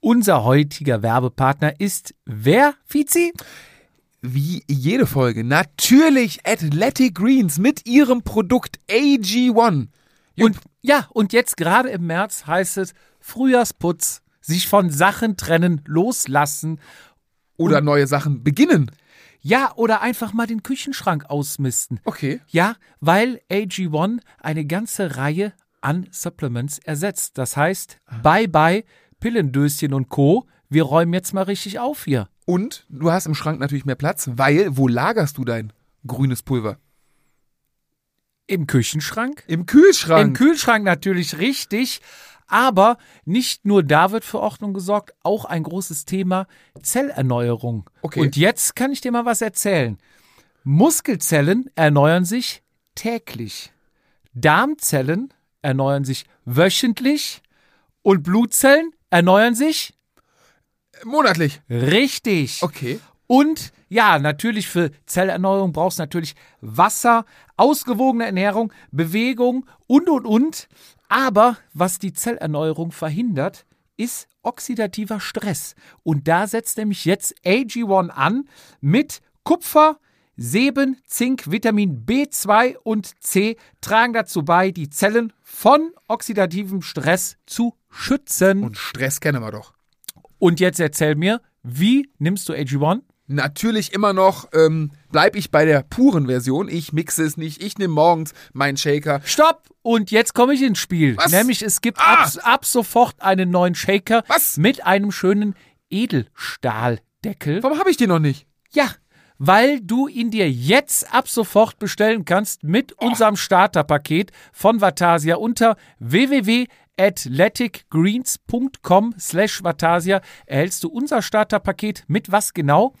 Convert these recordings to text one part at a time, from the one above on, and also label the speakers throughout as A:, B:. A: Unser heutiger Werbepartner ist wer, Fizi?
B: wie jede Folge natürlich Athletic Greens mit ihrem Produkt AG1.
A: Jupp. Und ja, und jetzt gerade im März heißt es Frühjahrsputz, sich von Sachen trennen, loslassen.
B: Oder neue Sachen beginnen.
A: Ja, oder einfach mal den Küchenschrank ausmisten.
B: Okay.
A: Ja, weil AG1 eine ganze Reihe an Supplements ersetzt. Das heißt, bye bye Pillendöschen und Co. Wir räumen jetzt mal richtig auf hier.
B: Und du hast im Schrank natürlich mehr Platz, weil wo lagerst du dein grünes Pulver?
A: Im Küchenschrank?
B: Im Kühlschrank.
A: Im Kühlschrank natürlich richtig. Aber nicht nur da wird für Ordnung gesorgt, auch ein großes Thema Zellerneuerung.
B: Okay.
A: Und jetzt kann ich dir mal was erzählen. Muskelzellen erneuern sich täglich. Darmzellen erneuern sich wöchentlich. Und Blutzellen erneuern sich
B: Monatlich.
A: richtig.
B: Okay.
A: Und ja, natürlich für Zellerneuerung brauchst du natürlich Wasser, ausgewogene Ernährung, Bewegung und, und, und. Aber was die Zellerneuerung verhindert, ist oxidativer Stress. Und da setzt nämlich jetzt AG1 an mit Kupfer, Seben, Zink, Vitamin B2 und C tragen dazu bei, die Zellen von oxidativem Stress zu schützen.
B: Und Stress kennen wir doch.
A: Und jetzt erzähl mir, wie nimmst du AG1?
B: Natürlich immer noch ähm, bleibe ich bei der puren Version. Ich mixe es nicht. Ich nehme morgens meinen Shaker.
A: Stopp! Und jetzt komme ich ins Spiel.
B: Was?
A: Nämlich es gibt
B: Ah!
A: ab, ab sofort einen neuen Shaker
B: Was?
A: mit einem schönen Edelstahldeckel.
B: Warum habe ich den noch nicht?
A: Ja, weil du ihn dir jetzt ab sofort bestellen kannst mit
B: Oh.
A: unserem Starterpaket von Vatasia unter www.athleticgreens.com slash Vatasia erhältst du unser Starterpaket mit was genau?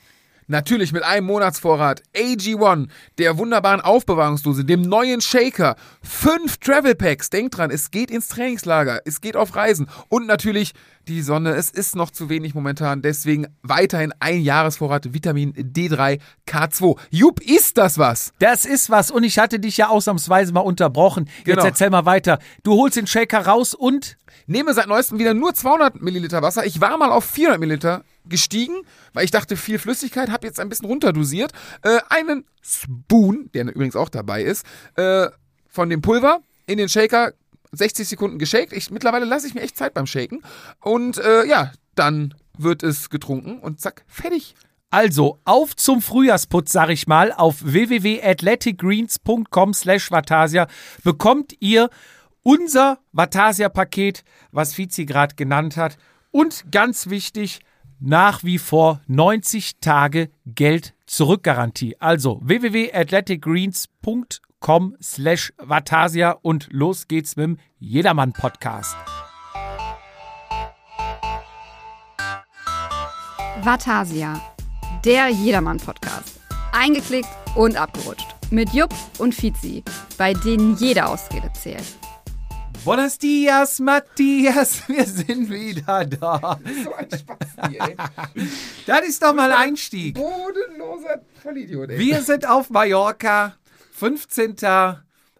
B: Natürlich mit einem Monatsvorrat AG1, der wunderbaren Aufbewahrungsdose, dem neuen Shaker, fünf Travel Packs. Denkt dran, es geht ins Trainingslager, es geht auf Reisen und natürlich die Sonne. Es ist noch zu wenig momentan, deswegen weiterhin ein Jahresvorrat Vitamin D3 K2. Jupp, ist das was?
A: Das ist was und ich hatte dich ja ausnahmsweise mal unterbrochen.
B: Genau.
A: Jetzt erzähl mal weiter. Du holst den Shaker raus und
B: Nehme seit neuestem wieder nur 200 Milliliter Wasser. Ich war mal auf 400 Milliliter gestiegen, weil ich dachte, viel Flüssigkeit, habe jetzt ein bisschen runterdosiert. Äh, einen Spoon, der übrigens auch dabei ist, äh, von dem Pulver in den Shaker, 60 Sekunden geshakt. Ich, mittlerweile lasse ich mir echt Zeit beim Shaken. Und äh, ja, dann wird es getrunken und zack, fertig.
A: also auf zum Frühjahrsputz, sag ich mal, auf www.athleticgreens.com slash Vatasia bekommt ihr unser Vatasia-Paket, was Vizi gerade genannt hat. Und ganz wichtig, nach wie vor 90 Tage Geld zurückgarantie. Also www.athleticgreens.com slash Vatasia und los geht's mit dem Jedermann-Podcast.
C: Vatasia, der Jedermann-Podcast. Eingeklickt und abgerutscht. Mit Jupp und Fizi, bei denen jede Ausrede zählt.
A: Buenos dias, Matthias, wir sind wieder da.
B: So ein Spaß hier, ey.
A: Das ist doch mal Einstieg.
B: Bodenloser Vollidiot, ey.
A: Wir sind auf Mallorca, 15.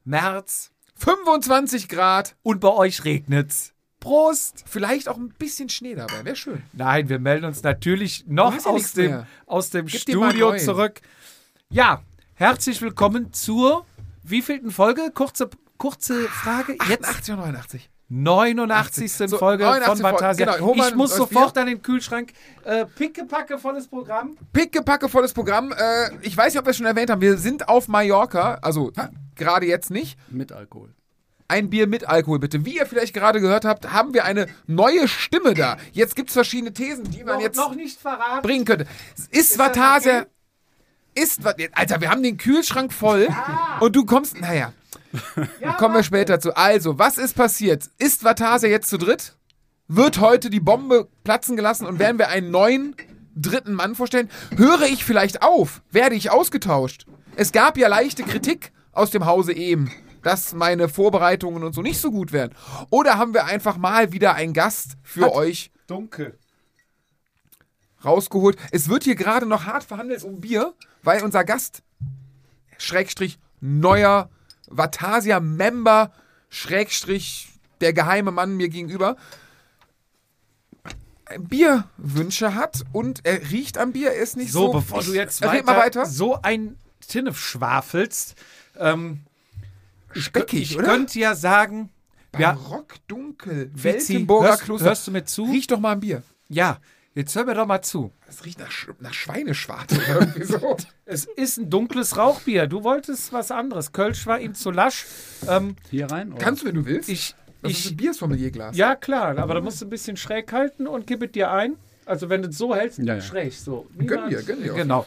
A: März
B: 25 Grad,
A: und bei euch regnet's. Prost!
B: vielleicht auch ein bisschen Schnee dabei, wäre schön.
A: Nein, wir melden uns natürlich noch
B: Du hast ja
A: aus
B: nichts
A: dem,
B: mehr.
A: aus dem
B: Gib dir mal
A: Studio
B: einen neuen.
A: zurück. Ja, herzlich willkommen zur wievielten Folge? Kurze, kurze Frage. Jetzt
B: 80 oder 89.
A: 89.
B: So,
A: Folge
B: 89
A: von
B: Folge,
A: Fantasia.
B: genau. Hol mal
A: ich muss
B: ein
A: sofort an den Kühlschrank. Äh, Pickepacke, volles Programm.
B: pickepacke volles Programm. Äh, ich weiß nicht, ob wir es schon erwähnt haben. Wir sind auf Mallorca, also gerade jetzt nicht.
D: Mit Alkohol.
B: Ein Bier mit Alkohol bitte. Wie ihr vielleicht gerade gehört habt, haben wir eine neue Stimme da. Jetzt gibt es verschiedene Thesen, die man
A: Noch,
B: jetzt
A: noch nicht verraten.
B: bringen könnte. Ist Vatasia. Ist Vat- Alter, wir haben den Kühlschrank voll und du kommst. Naja. Kommen wir später zu. Also, was ist passiert? Ist Vatasia jetzt zu dritt? Wird heute die Bombe platzen gelassen und werden wir einen neuen dritten Mann vorstellen? Höre ich vielleicht auf? Werde ich ausgetauscht? Es gab ja leichte Kritik aus dem Hause eben, dass meine Vorbereitungen und so nicht so gut wären. Oder haben wir einfach mal wieder einen Gast für euch
D: Dunkel.
B: rausgeholt? Es wird hier gerade noch hart verhandelt um Bier, weil unser Gast, Schrägstrich, neuer Vatasia-Member, Schrägstrich, der geheime Mann mir gegenüber, Bierwünsche hat und er riecht am Bier, er ist nicht so.
A: So, bevor du jetzt
B: Red mal weiter.
A: so ein Tinnef schwafelst, ähm,
B: Speckig,
A: ich
B: oder?
A: könnte ja sagen, ja,
B: Barock, dunkel,
A: Vizi,
B: Weltenburger
A: hörst,
B: Kloster.
A: hörst du mir zu?
B: Riech doch mal am Bier.
A: Ja, jetzt hör mir doch mal zu.
B: Das riecht nach, Sch- nach Schweineschwarte oder irgendwie so.
A: Es ist ein dunkles Rauchbier. Du wolltest was anderes. Kölsch war ihm zu lasch. Ähm,
D: Hier rein? Oder?
B: Kannst du, wenn du willst.
A: ich,
B: das ist
A: ich,
B: ein Biersommelierglas.
A: ja klar, aber da musst du ein bisschen schräg halten und gib es dir ein. Also wenn du es so hältst,
D: Ja, ja.
A: schräg so.
B: Gönn dir,
A: Niemals-
B: gönn dir.
A: Genau.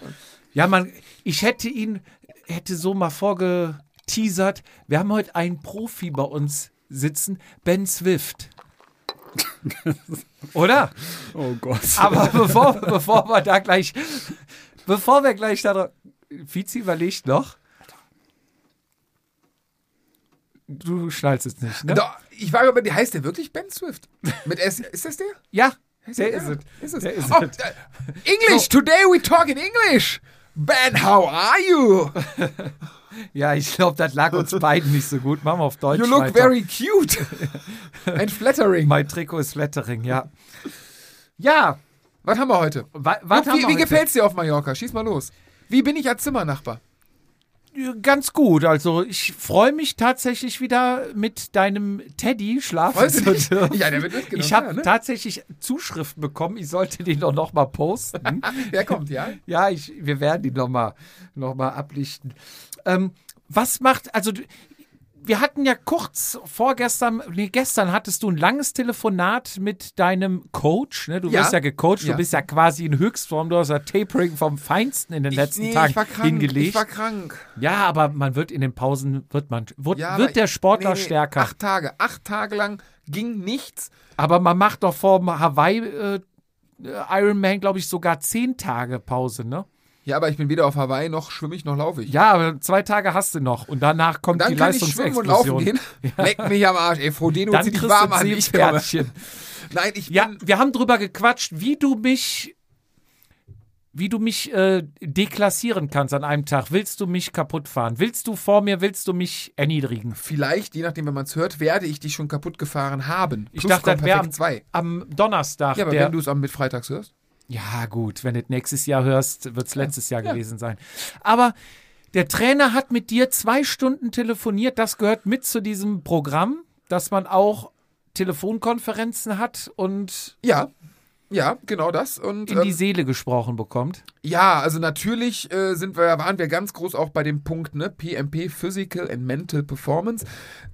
A: Ja, man, ich hätte ihn, hätte so mal vorgeteasert. Wir haben heute einen Profi bei uns sitzen, Ben Swift. Oder?
D: Oh Gott.
A: Aber bevor, bevor wir da gleich, bevor wir gleich da, Vizi überlegt noch. Du schnallst es nicht, ne?
B: Da, ich war über, heißt der wirklich Ben Swift? Mit S, ist das der?
A: Ja,
B: Ja,
A: der ist es.
B: Ist es.
A: Der ist
B: oh,
A: es.
B: äh, English, today we talk in English. Ben, how are you?
A: Ja, ich glaube, das lag uns beiden nicht so gut. Machen wir auf Deutsch.
B: You look
A: weiter.
B: very cute and flattering.
A: Mein Trikot ist Lettering, ja. Ja,
B: Was haben wir heute?
A: wa was
B: Jupp,
A: haben
B: wie
A: wir
B: wie
A: heute?
B: gefällt's dir auf Mallorca? Schieß mal los. Wie bin ich als Zimmernachbar?
A: Ganz gut. Also, ich freue mich tatsächlich wieder mit deinem Teddy schlafen
B: Weißt du
A: zu
B: nicht?
A: dürfen. Genau,
B: Ja, der wird mitgenommen.
A: Ich habe
B: ja, ne?
A: tatsächlich Zuschriften bekommen. Ich sollte den doch noch mal posten.
B: Ah, Der kommt, ja.
A: Ja, ich, wir werden ihn nochmal noch mal ablichten. Ähm, was macht, also du- wir hatten ja kurz vorgestern, nee, gestern hattest du ein langes Telefonat mit deinem Coach. Ne? Du
B: Ja.
A: wirst ja gecoacht,
B: Ja.
A: du bist ja quasi in Höchstform, du hast ja Tapering vom Feinsten in den letzten
B: nee,
A: Tagen
B: ich war krank.
A: hingelegt.
B: Ich war krank.
A: ja, aber man wird in den Pausen, wird man, wird,
B: Ja, aber
A: wird der
B: ich-
A: Sportler
B: nee, nee,
A: stärker.
B: Acht Tage. Acht Tage lang ging nichts.
A: Aber man macht doch vor dem Hawaii äh, Ironman, glaube ich, sogar zehn Tage Pause, ne?
B: Ja, aber ich bin weder auf Hawaii, noch schwimme ich, noch laufe ich.
A: Ja, aber zwei Tage hast du noch und danach kommt
B: Dann
A: die
B: kann ich schwimmen und laufen
A: Leistungsexplosion.
B: gehen. Leck mich am Arsch, ey. Frodeno
A: Dann
B: zieht dich
A: kriegst
B: warm
A: du
B: an.
A: zehn
B: Ich komme.
A: Pferdchen.
B: Nein, ich
A: Ja,
B: bin...
A: wir haben drüber gequatscht, wie du mich, wie du mich äh, deklassieren kannst an einem Tag. Willst du mich kaputt fahren? Willst du vor mir, willst du mich erniedrigen?
B: Vielleicht, je nachdem, wenn man es hört, werde ich dich schon kaputt gefahren haben.
A: Ich dachte,
B: kommt
A: das wäre
B: Perfekt
A: am,
B: zwei.
A: am Donnerstag.
B: Ja, aber
A: der,
B: wenn du es am Mittwochs hörst.
A: Ja, gut, wenn du es nächstes Jahr hörst, wird es letztes Jahr gewesen sein. Aber der Trainer hat mit dir zwei Stunden telefoniert. Das gehört mit zu diesem Programm, dass man auch Telefonkonferenzen hat und
B: Ja, ja, genau das. Und
A: in die Seele gesprochen bekommt.
B: Ja, also natürlich äh, sind wir, waren wir ganz groß auch bei dem Punkt, ne? PMP, Physical and Mental Performance.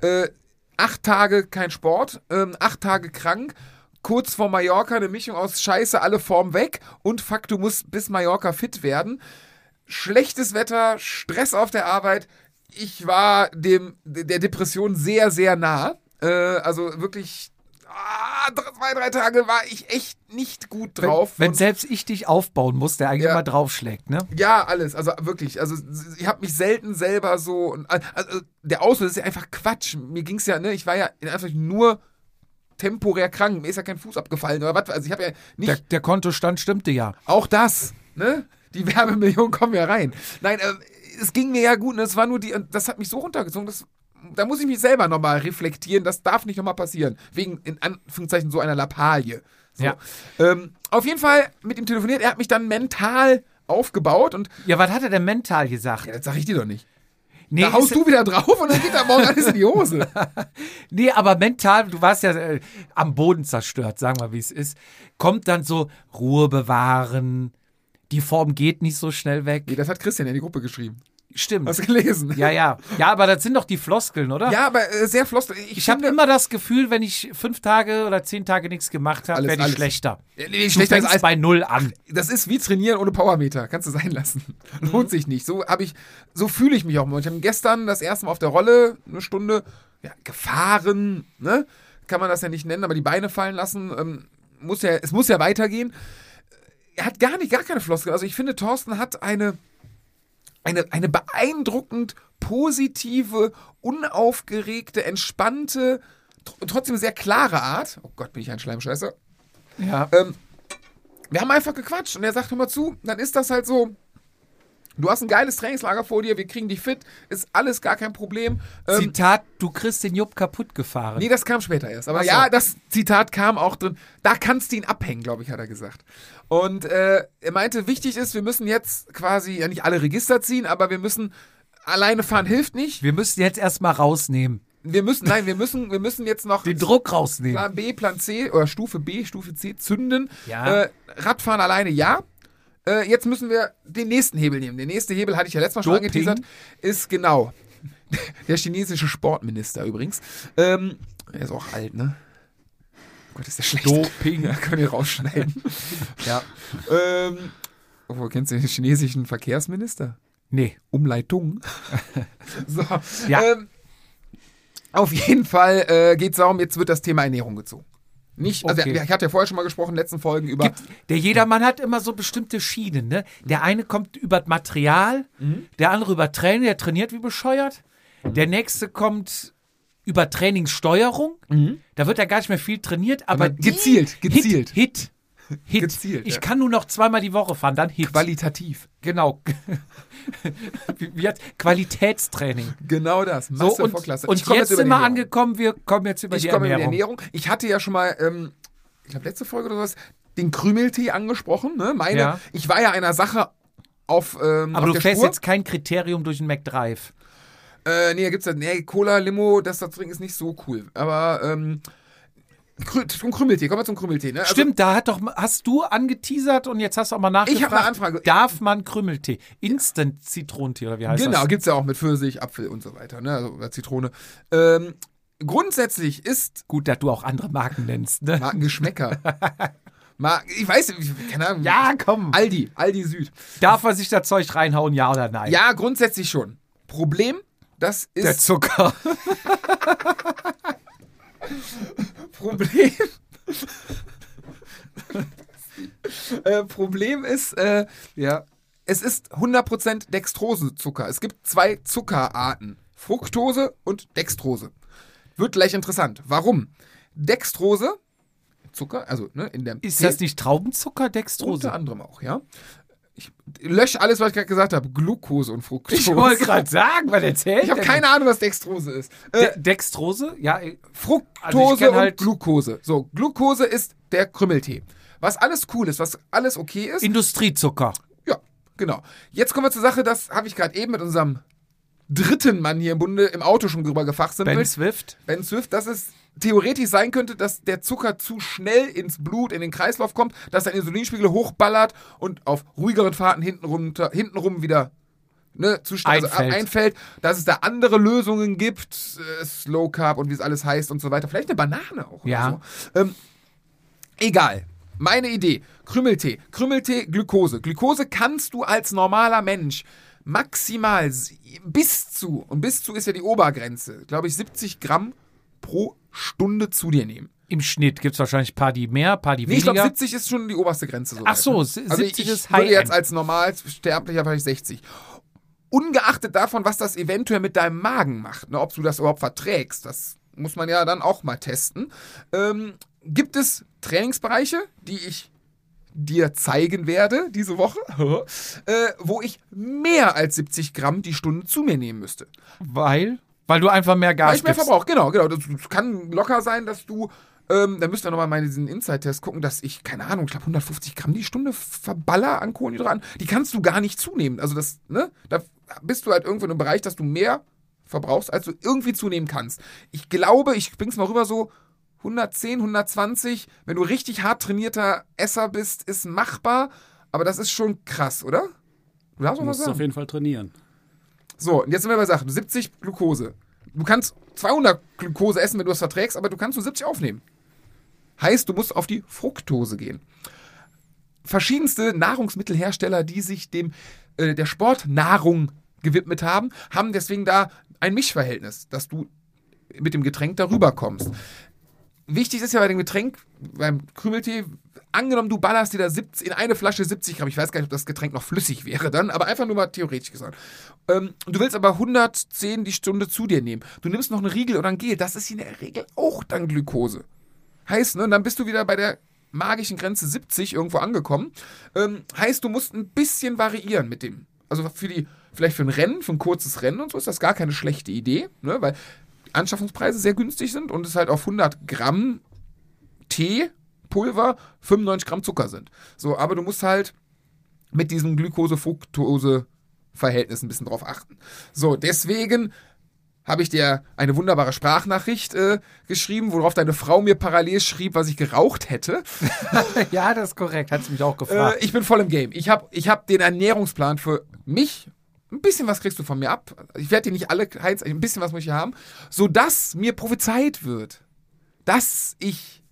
B: Äh, acht Tage kein Sport, ähm, acht Tage krank, kurz vor Mallorca eine Mischung aus Scheiße, alle Form weg und fuck, du musst bis Mallorca fit werden. Schlechtes Wetter, Stress auf der Arbeit. Ich war dem, der Depression sehr, sehr nah. Äh, also wirklich. Ah, dr- zwei, drei Tage war ich echt nicht gut drauf.
A: Wenn
B: Und-
A: selbst ich dich aufbauen muss, der eigentlich
B: Ja.
A: mal draufschlägt, ne?
B: ja, alles. Also wirklich. Also s- ich habe mich selten selber so. Also, der Auslöser ist ja einfach Quatsch. Mir ging's ja, ne? Ich war ja in einfach nur temporär krank. Mir ist ja kein Fuß abgefallen oder was. Also ich habe ja nicht.
A: Der, der Kontostand stimmte ja.
B: Auch das, ne? Die Werbemillionen kommen ja rein. Nein, äh, es ging mir ja gut. Ne? Es war nur die. und Das hat mich so runtergezogen. Das, da muss ich mich selber nochmal reflektieren. Das darf nicht nochmal passieren. Wegen, in Anführungszeichen, so einer Lappalie. So.
A: Ja.
B: Ähm, auf jeden Fall mit ihm telefoniert. Er hat mich dann mental aufgebaut und
A: Ja, was hat er denn mental gesagt?
B: ja, das sag ich dir doch nicht.
A: nee,
B: da haust
A: ist-
B: du wieder drauf und dann geht da morgen alles in die Hose.
A: Nee, aber mental, du warst ja äh, am Boden zerstört, sagen wir, wie es ist. Kommt dann so Ruhe bewahren. Die Form geht nicht so schnell weg.
B: Nee, das hat Christian in die Gruppe geschrieben.
A: Stimmt.
B: Hast du gelesen?
A: Ja, ja. Ja, aber das sind doch die Floskeln, oder?
B: Also- Ja, aber äh, sehr floss. Ich,
A: Ich habe
B: finde-
A: immer das Gefühl, wenn ich fünf Tage oder zehn Tage nichts gemacht habe,
B: Alles,
A: werde ich
B: alles.
A: schlechter.
B: Ja, nee,
A: Du
B: schlechter als
A: fängst
B: Eis-
A: bei null an.
B: das ist wie trainieren ohne Powermeter. Kannst du sein lassen. Lohnt sich nicht. So habe ich, so fühle ich mich auch mal. Ich habe gestern das erste Mal auf der Rolle eine Stunde ja, gefahren, ne? Kann man das ja nicht nennen, aber die Beine fallen lassen. Ähm, muss ja, es muss ja weitergehen. Er hat gar nicht, gar keine Floskel. Also ich finde, Thorsten hat eine, eine, eine beeindruckend positive, unaufgeregte, entspannte, tr- trotzdem sehr klare Art. Oh Gott, bin ich ein Schleimscheißer
A: Ja.
B: ähm, wir haben einfach gequatscht und er sagt, hör mal zu, dann ist das halt so. Du hast ein geiles Trainingslager vor dir, wir kriegen dich fit, ist alles gar kein Problem. Ähm,
A: Zitat, du kriegst den Jupp kaputt gefahren.
B: nee, das kam später erst. Aber
A: Ach so.
B: ja, das Zitat kam auch drin. Da kannst du ihn abhängen, glaube ich, hat er gesagt. Und äh, er meinte, wichtig ist, wir müssen jetzt quasi ja nicht alle Register ziehen, aber wir müssen alleine fahren hilft nicht.
A: Wir müssen jetzt erstmal rausnehmen.
B: Wir müssen, nein, wir müssen, wir müssen jetzt noch
A: Den Druck rausnehmen.
B: Plan B, Plan C oder Stufe B, Stufe C zünden.
A: Ja.
B: Äh, Radfahren alleine ja. Äh, jetzt müssen wir den nächsten Hebel nehmen. Der nächste Hebel hatte ich ja letztes Mal schon
A: Doping?
B: angeteasert. Ist genau. Der chinesische Sportminister übrigens. Ähm, er ist auch alt, ne? Oh Gott, ist der schlecht.
A: Doping.
B: Ja, können wir rausschneiden. ja. Ähm, oh, kennst du den chinesischen Verkehrsminister?
A: Nee.
B: Umleitung. so,
A: Ja.
B: ähm, auf jeden Fall äh, geht es darum, jetzt wird das Thema Ernährung gezogen. Nicht, also
A: Okay.
B: ja, ich hatte ja vorher schon mal gesprochen in den letzten Folgen über.
A: Der Jedermann hat immer so bestimmte Schienen. Ne?
B: Mhm.
A: Der eine kommt über das Material, der andere über Training, der trainiert wie bescheuert. Der nächste kommt über Trainingssteuerung.
B: Mhm.
A: Da wird ja gar nicht mehr viel trainiert, aber,
B: Aber gezielt,
A: die,
B: gezielt.
A: Hit, Hit, Hit.
B: Gezielt,
A: ich
B: ja.
A: kann nur noch zweimal die Woche fahren, dann Hit.
B: Qualitativ.
A: genau. wie, wie hat, Qualitätstraining.
B: Genau das. Masse
A: So, und
B: vor Klasse.
A: und
B: Ich komm
A: jetzt
B: über
A: sind wir
B: die Ernährung.
A: angekommen, wir kommen jetzt über die
B: Ich komme über die
A: Ernährung.
B: Ernährung. Ich hatte ja schon mal, ähm, ich glaube, letzte Folge oder sowas, den Krümeltee angesprochen. Ne? Meine,
A: Ja.
B: ich war ja einer Sache auf. Ähm,
A: Aber
B: auf
A: du
B: der
A: fährst
B: Spur.
A: jetzt kein Kriterium durch den McDrive.
B: Äh, nee, da gibt's ja, nee, Cola, Limo, das da trinken ist nicht so cool. Aber, ähm, Krü zum Krümeltee, kommen wir zum Krümeltee, ne? Also,
A: Stimmt, da hat doch, hast du angeteasert und jetzt hast du auch mal nachgefragt.
B: Ich hab eine Anfrage.
A: Darf man Krümmeltee? Instant-Zitronentee oder wie heißt
B: Genau,
A: das?
B: gibt's ja auch mit Pfirsich, Apfel und so weiter, ne? Also, oder Zitrone. Ähm, grundsätzlich ist
A: Gut, dass du auch andere Marken nennst, ne?
B: Markengeschmäcker. Mar ich weiß, ich- keine Ahnung.
A: Ja, komm.
B: Aldi, Aldi Süd.
A: Darf man sich da Zeug reinhauen, ja oder nein?
B: Ja, grundsätzlich schon. Problem, das
A: Der
B: ist
A: Zucker.
B: Problem. äh, Problem ist, äh, ja, es ist 100% Dextrosezucker. Es gibt zwei Zuckerarten: Fructose und Dextrose. Wird gleich interessant. Warum? Dextrose, Zucker, also ne, in der
A: Ist
B: Tee-
A: das nicht Traubenzucker,
B: unter
A: Dextrose?
B: anderem auch, ja. Ich lösche alles, was ich gerade gesagt habe: Glucose und Fructose.
A: Ich wollte gerade sagen, was erzählt
B: Ich habe
A: der
B: keine Ahnung, was Dextrose ist. Äh,
A: De Dextrose? Ja, äh,
B: Fructose
A: Also ich kenn
B: und
A: halt-
B: Glucose. So, Glucose ist der Krümmeltee. Was alles cool ist, was alles okay ist.
A: Industriezucker.
B: ja, genau. Jetzt kommen wir zur Sache, das habe ich gerade eben mit unserem dritten Mann hier im Bunde im Auto schon drüber gefachsimpelt.
A: Ben Swift.
B: Ben Swift, dass es theoretisch sein könnte, dass der Zucker zu schnell ins Blut, in den Kreislauf kommt, dass dein Insulinspiegel hochballert und auf ruhigeren Fahrten hintenrum, unter- hintenrum wieder ne, zu schnell Also,
A: Einfällt.
B: äh, einfällt, dass es da andere Lösungen gibt, äh, Slow Carb und wie es alles heißt und so weiter. Vielleicht eine Banane auch.
A: Ja.
B: Oder so. ähm, egal. Meine Idee, Krümmeltee, Krümmeltee, Glukose. Glukose kannst du als normaler Mensch maximal sie- bis zu, und bis zu ist ja die Obergrenze, glaube ich, 70 Gramm pro Stunde zu dir nehmen.
A: Im Schnitt gibt es wahrscheinlich ein paar, die mehr, ein paar, die
B: Nee, ich
A: weniger.
B: glaube, 70 ist schon die oberste Grenze. soweit,
A: Ach so,
B: ne?
A: si-
B: also
A: 70
B: ich,
A: ist
B: ich würde
A: High-End.
B: jetzt als normal Sterblicher vielleicht 60. Ungeachtet davon, was das eventuell mit deinem Magen macht, ne, ob du das überhaupt verträgst, das muss man ja dann auch mal testen. Ähm, gibt es Trainingsbereiche, die ich dir zeigen werde diese Woche, äh, wo ich mehr als 70 Gramm die Stunde zu mir nehmen müsste?
A: weil? Weil du einfach mehr Gas
B: Weil ich mehr
A: gibst.
B: Verbrauch, genau, genau. Das das kann locker sein, dass du, ähm, da müsst ihr nochmal mal diesen Inside-Test gucken, dass ich, keine Ahnung, ich glaube 150 Gramm die Stunde verballer an Kohlenhydraten. Die kannst du gar nicht zunehmen. Also das, ne, da bist du halt irgendwo in einem Bereich, dass du mehr verbrauchst, als du irgendwie zunehmen kannst. Ich glaube, ich bring's mal rüber so, 110, 120, wenn du richtig hart trainierter Esser bist, ist machbar, aber das ist schon krass, oder? Du darfst
D: Du
B: auch was
D: musst
B: sagen.
D: auf jeden Fall trainieren.
B: So, und jetzt sind wir bei Sachen. 70 Glukose. Du kannst 200 Glukose essen, wenn du es verträgst, aber du kannst nur 70 aufnehmen. Heißt, du musst auf die Fructose gehen. Verschiedenste Nahrungsmittelhersteller, die sich dem äh, der Sportnahrung gewidmet haben, haben deswegen da ein Mischverhältnis, dass du mit dem Getränk darüber kommst. Wichtig ist ja bei dem Getränk, beim Krümeltee, angenommen, du ballerst dir da 70, in eine Flasche 70 Gramm. Ich weiß gar nicht, ob das Getränk noch flüssig wäre dann, aber einfach nur mal theoretisch gesagt. Ähm, und du willst aber 110 die Stunde zu dir nehmen. Du nimmst noch einen Riegel oder ein Gel. Das ist in der Regel auch dann Glukose. Heißt, ne, und dann bist du wieder bei der magischen Grenze 70 irgendwo angekommen. Ähm, heißt, du musst ein bisschen variieren mit dem also für die, vielleicht für ein Rennen, für ein kurzes Rennen und so ist das gar keine schlechte Idee, ne? weil Anschaffungspreise sehr günstig sind und es halt auf 100 Gramm Tee, Pulver, 95 Gramm Zucker sind. So, aber du musst halt mit diesem Glukose-Fructose-Verhältnis ein bisschen drauf achten. So, deswegen habe ich dir eine wunderbare Sprachnachricht äh, geschrieben, worauf deine Frau mir parallel schrieb, was ich geraucht hätte.
A: Ja, das ist korrekt. Hat sie mich auch gefragt.
B: Äh, ich bin voll im Game. Ich habe ich hab den Ernährungsplan für mich. Ein bisschen was kriegst du von mir ab. Ich werde dir nicht alle Heinz, ein bisschen was muss ich hier haben, sodass mir prophezeit wird, dass ich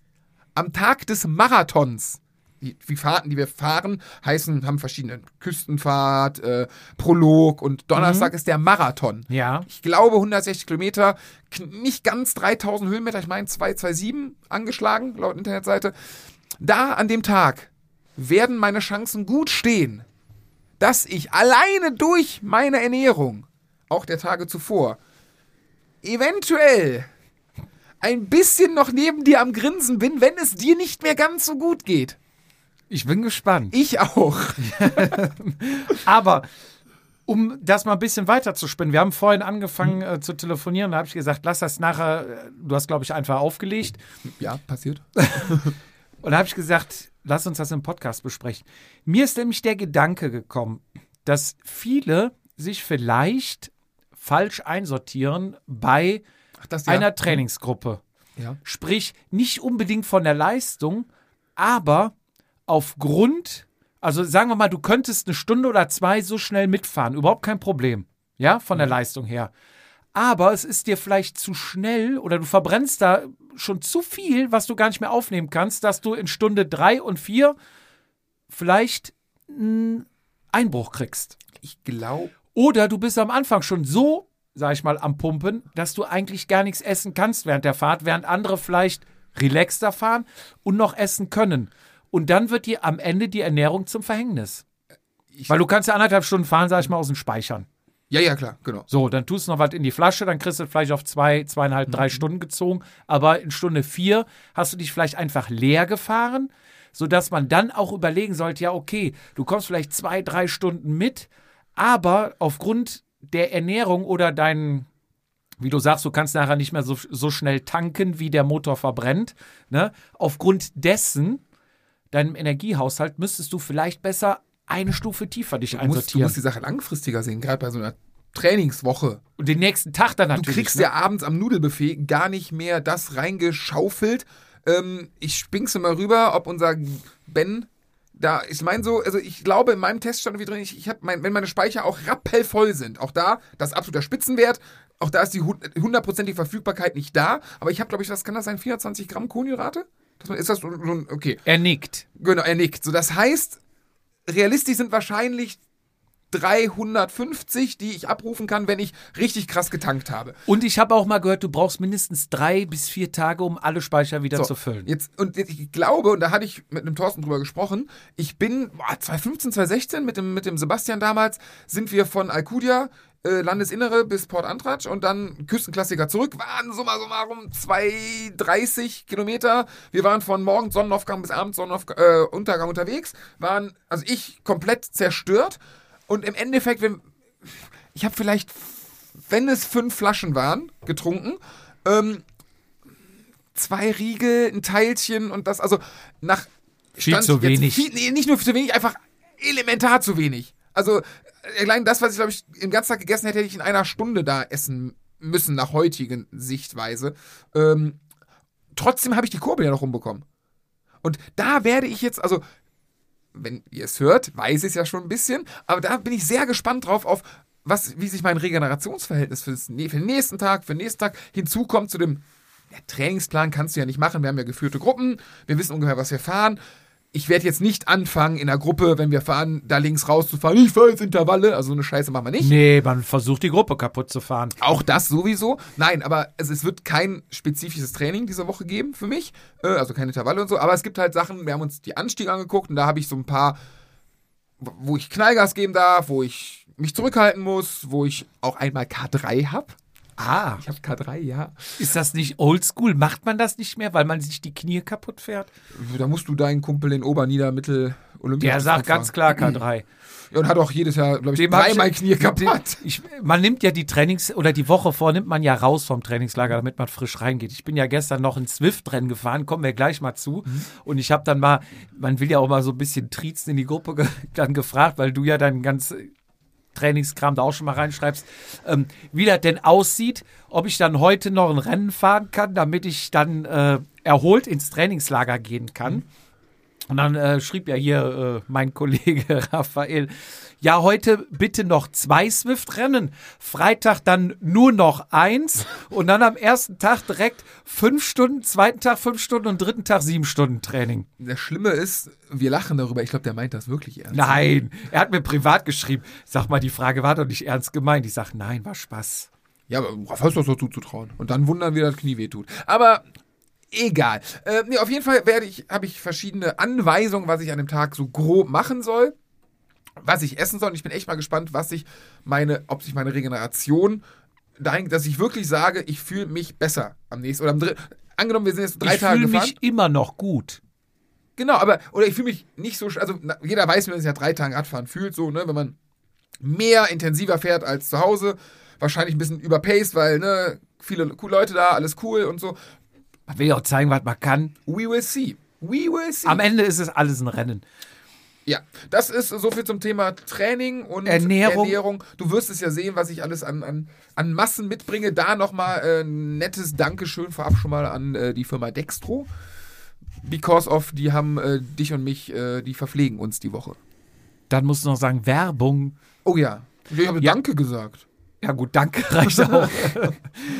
B: am Tag des Marathons, die, die Fahrten, die wir fahren, heißen, haben verschiedene Küstenfahrt, äh, Prolog und Donnerstag ist der Marathon.
A: ja.
B: Ich glaube 160 Kilometer, kn- nicht ganz 3000 Höhenmeter, ich meine 227 angeschlagen, laut Internetseite. Da an dem Tag werden meine Chancen gut stehen, dass ich alleine durch meine Ernährung, auch der Tage zuvor, eventuell ein bisschen noch neben dir am Grinsen bin, wenn es dir nicht mehr ganz so gut geht.
A: Ich bin gespannt.
B: Ich auch.
A: Aber um das mal ein bisschen weiter zu spinnen, wir haben vorhin angefangen äh, zu telefonieren, da habe ich gesagt, lass das nachher, äh, du hast, glaube ich, einfach aufgelegt.
B: Ja, passiert.
A: Und da habe ich gesagt, lass uns das im Podcast besprechen. Mir ist nämlich der Gedanke gekommen, dass viele sich vielleicht falsch einsortieren bei
B: Ach, das ja.
A: einer Trainingsgruppe.
B: ja.
A: Sprich, nicht unbedingt von der Leistung, aber aufgrund, also sagen wir mal, du könntest eine Stunde oder zwei so schnell mitfahren, überhaupt kein Problem, ja, von der Leistung her. Aber es ist dir vielleicht zu schnell oder du verbrennst da schon zu viel, was du gar nicht mehr aufnehmen kannst, dass du in Stunde drei und vier vielleicht einen Einbruch kriegst.
B: Ich glaube.
A: Oder du bist am Anfang schon so, sag ich mal, am Pumpen, dass du eigentlich gar nichts essen kannst während der Fahrt, während andere vielleicht relaxter fahren und noch essen können. Und dann wird dir am Ende die Ernährung zum Verhängnis. Weil du kannst ja anderthalb Stunden fahren, sag ich mal, aus den Speichern.
B: Ja, ja, klar, genau.
A: So, dann tust du noch was in die Flasche, dann kriegst du es vielleicht auf zwei, zweieinhalb,
B: Mhm.
A: drei Stunden gezogen. Aber in Stunde vier hast du dich vielleicht einfach leer gefahren, sodass man dann auch überlegen sollte, ja, okay, du kommst vielleicht zwei, drei Stunden mit, aber aufgrund der Ernährung oder deinen wie du sagst, du kannst nachher nicht mehr so, so schnell tanken, wie der Motor verbrennt. Ne? Aufgrund dessen, deinem Energiehaushalt, müsstest du vielleicht besser eine Stufe tiefer dich
B: Du musst, du
A: einsortieren.
B: musst die Sache langfristiger sehen, gerade bei so einer Trainingswoche.
A: Und den nächsten Tag dann
B: Du
A: natürlich.
B: kriegst
A: ne?
B: ja abends am Nudelbuffet gar nicht mehr das reingeschaufelt. Ähm, ich spinkse mal rüber, ob unser Ben da, ich meine so, also ich glaube in meinem Test stand wie drin, ich, ich habe mein, wenn meine Speicher auch rappelvoll sind, auch da, das ist absoluter Spitzenwert, auch da ist die hun- hundertprozentige Verfügbarkeit nicht da, aber ich habe glaube ich, was kann das sein, 420 Gramm Kohlenhydrate? Dass man, ist das so ein, okay,
A: Er nickt.
B: Genau, er nickt. So, das heißt, realistisch sind wahrscheinlich 350, die ich abrufen kann, wenn ich richtig krass getankt habe.
A: Und ich habe auch mal gehört, du brauchst mindestens drei bis vier Tage, um alle Speicher wieder zu füllen.
B: Jetzt, und jetzt, ich glaube, und da hatte ich mit einem Thorsten drüber gesprochen, ich bin boah, 2015, 2016 mit dem, mit dem Sebastian damals, sind wir von Alcudia, äh, Landesinnere bis Port Antratsch und dann Küstenklassiker zurück, waren summa summarum 230 Kilometer. Wir waren von morgens Sonnenaufgang bis abends Sonnenuntergang äh, Untergang unterwegs, waren, also ich komplett zerstört und im Endeffekt, wenn, ich habe vielleicht, wenn es fünf Flaschen waren, getrunken, ähm, zwei Riegel, ein Teilchen und das, also nach
A: Viel
B: Stand
A: zu
B: jetzt
A: wenig.
B: Viel, nee, nicht nur zu wenig, einfach elementar zu wenig. Also äh, allein das, was ich glaube ich den ganzen Tag gegessen hätte, hätte ich in einer Stunde da essen müssen nach heutigen Sichtweise. Ähm, trotzdem habe ich die Kurbel ja noch rumbekommen. Und da werde ich jetzt, also wenn ihr es hört, weiß ich es ja schon ein bisschen, aber da bin ich sehr gespannt drauf, auf was, wie sich mein Regenerationsverhältnis für, das, nee, für den nächsten Tag, für den nächsten Tag hinzukommt zu dem ja, Trainingsplan kannst du ja nicht machen. Wir haben ja geführte Gruppen, wir wissen ungefähr, was wir fahren. Ich werde jetzt nicht anfangen, in der Gruppe, wenn wir fahren, da links rauszufahren, ich fahre jetzt Intervalle, also so eine Scheiße machen wir nicht.
A: Nee, man versucht die Gruppe kaputt zu fahren.
B: Auch das sowieso. Nein, aber es, es wird kein spezifisches Training diese Woche geben für mich. Äh, also keine Intervalle und so. Aber es gibt halt Sachen, wir haben uns die Anstiege angeguckt und da habe ich so ein paar, wo ich Knallgas geben darf, wo ich mich zurückhalten muss, wo ich auch einmal K3 habe.
A: Ah,
B: Ich habe K3, ja.
A: ist das nicht oldschool? Macht man das nicht mehr, weil man sich die Knie kaputt fährt?
B: Da musst du deinen Kumpel in Oberniedermittel Olympia.
A: Der sagt ganz klar K3.
B: Ja, und hat auch jedes Jahr, glaube ich,
A: Dem hab ich-
B: dreimal Knie kaputt.
A: Ich, man nimmt ja die Trainings- oder die Woche vor, nimmt man ja raus vom Trainingslager, damit man frisch reingeht. Ich bin ja gestern noch in Swift-Rennen gefahren, kommen wir gleich mal zu. Und ich habe dann mal, man will ja auch mal so ein bisschen triezen in die Gruppe ge dann gefragt, weil du ja dann ganz äh, Trainingskram da auch schon mal reinschreibst, ähm, wie das denn aussieht, ob ich dann heute noch ein Rennen fahren kann, damit ich dann äh, erholt ins Trainingslager gehen kann. Und dann äh, schrieb ja hier äh, mein Kollege Raphael, ja, heute bitte noch zwei Swift-Rennen, Freitag dann nur noch eins und dann am ersten Tag direkt fünf Stunden, zweiten Tag fünf Stunden und dritten Tag sieben Stunden Training.
B: Das Schlimme ist, wir lachen darüber. Ich glaube, der meint das wirklich ernst.
A: Nein, er hat mir privat geschrieben, sag mal, die Frage war doch nicht ernst gemeint. Ich sag, nein, war Spaß.
B: Ja, aber Rafa ist doch so zuzutrauen. Und dann wundern wir, dass das Knie wehtut. Aber egal. Äh, nee, auf jeden Fall werde ich, habe ich verschiedene Anweisungen, was ich an dem Tag so grob machen soll, was ich essen soll. Und ich bin echt mal gespannt, was ich meine, ob sich meine Regeneration dahin, dass ich wirklich sage, ich fühle mich besser am nächsten oder am dritten. Angenommen, wir sind jetzt drei
A: ich
B: Tage
A: fühle
B: gefahren.
A: mich immer noch gut.
B: Genau, aber, oder ich fühle mich nicht so, sch- also na, jeder weiß, wie man sich nach drei Tagen Radfahren fühlt, so, ne, wenn man mehr intensiver fährt als zu Hause, wahrscheinlich ein bisschen überpaced, weil, ne, viele coole Leute da, alles cool und so.
A: Man will ja auch zeigen, was man kann.
B: We will see. We will see.
A: Am Ende ist es alles ein Rennen.
B: ja, das ist so viel zum Thema Training und
A: Ernährung.
B: Du wirst es ja sehen, was ich alles an, an, an Massen mitbringe. Da nochmal äh, ein nettes Dankeschön vorab schon mal an äh, die Firma Dextro. Because of, die haben äh, dich und mich, äh, die verpflegen uns die Woche.
A: Dann musst du noch sagen, Werbung.
B: Oh ja. Ich habe
A: Ja.
B: Danke gesagt.
A: Ja gut, danke, reicht auch.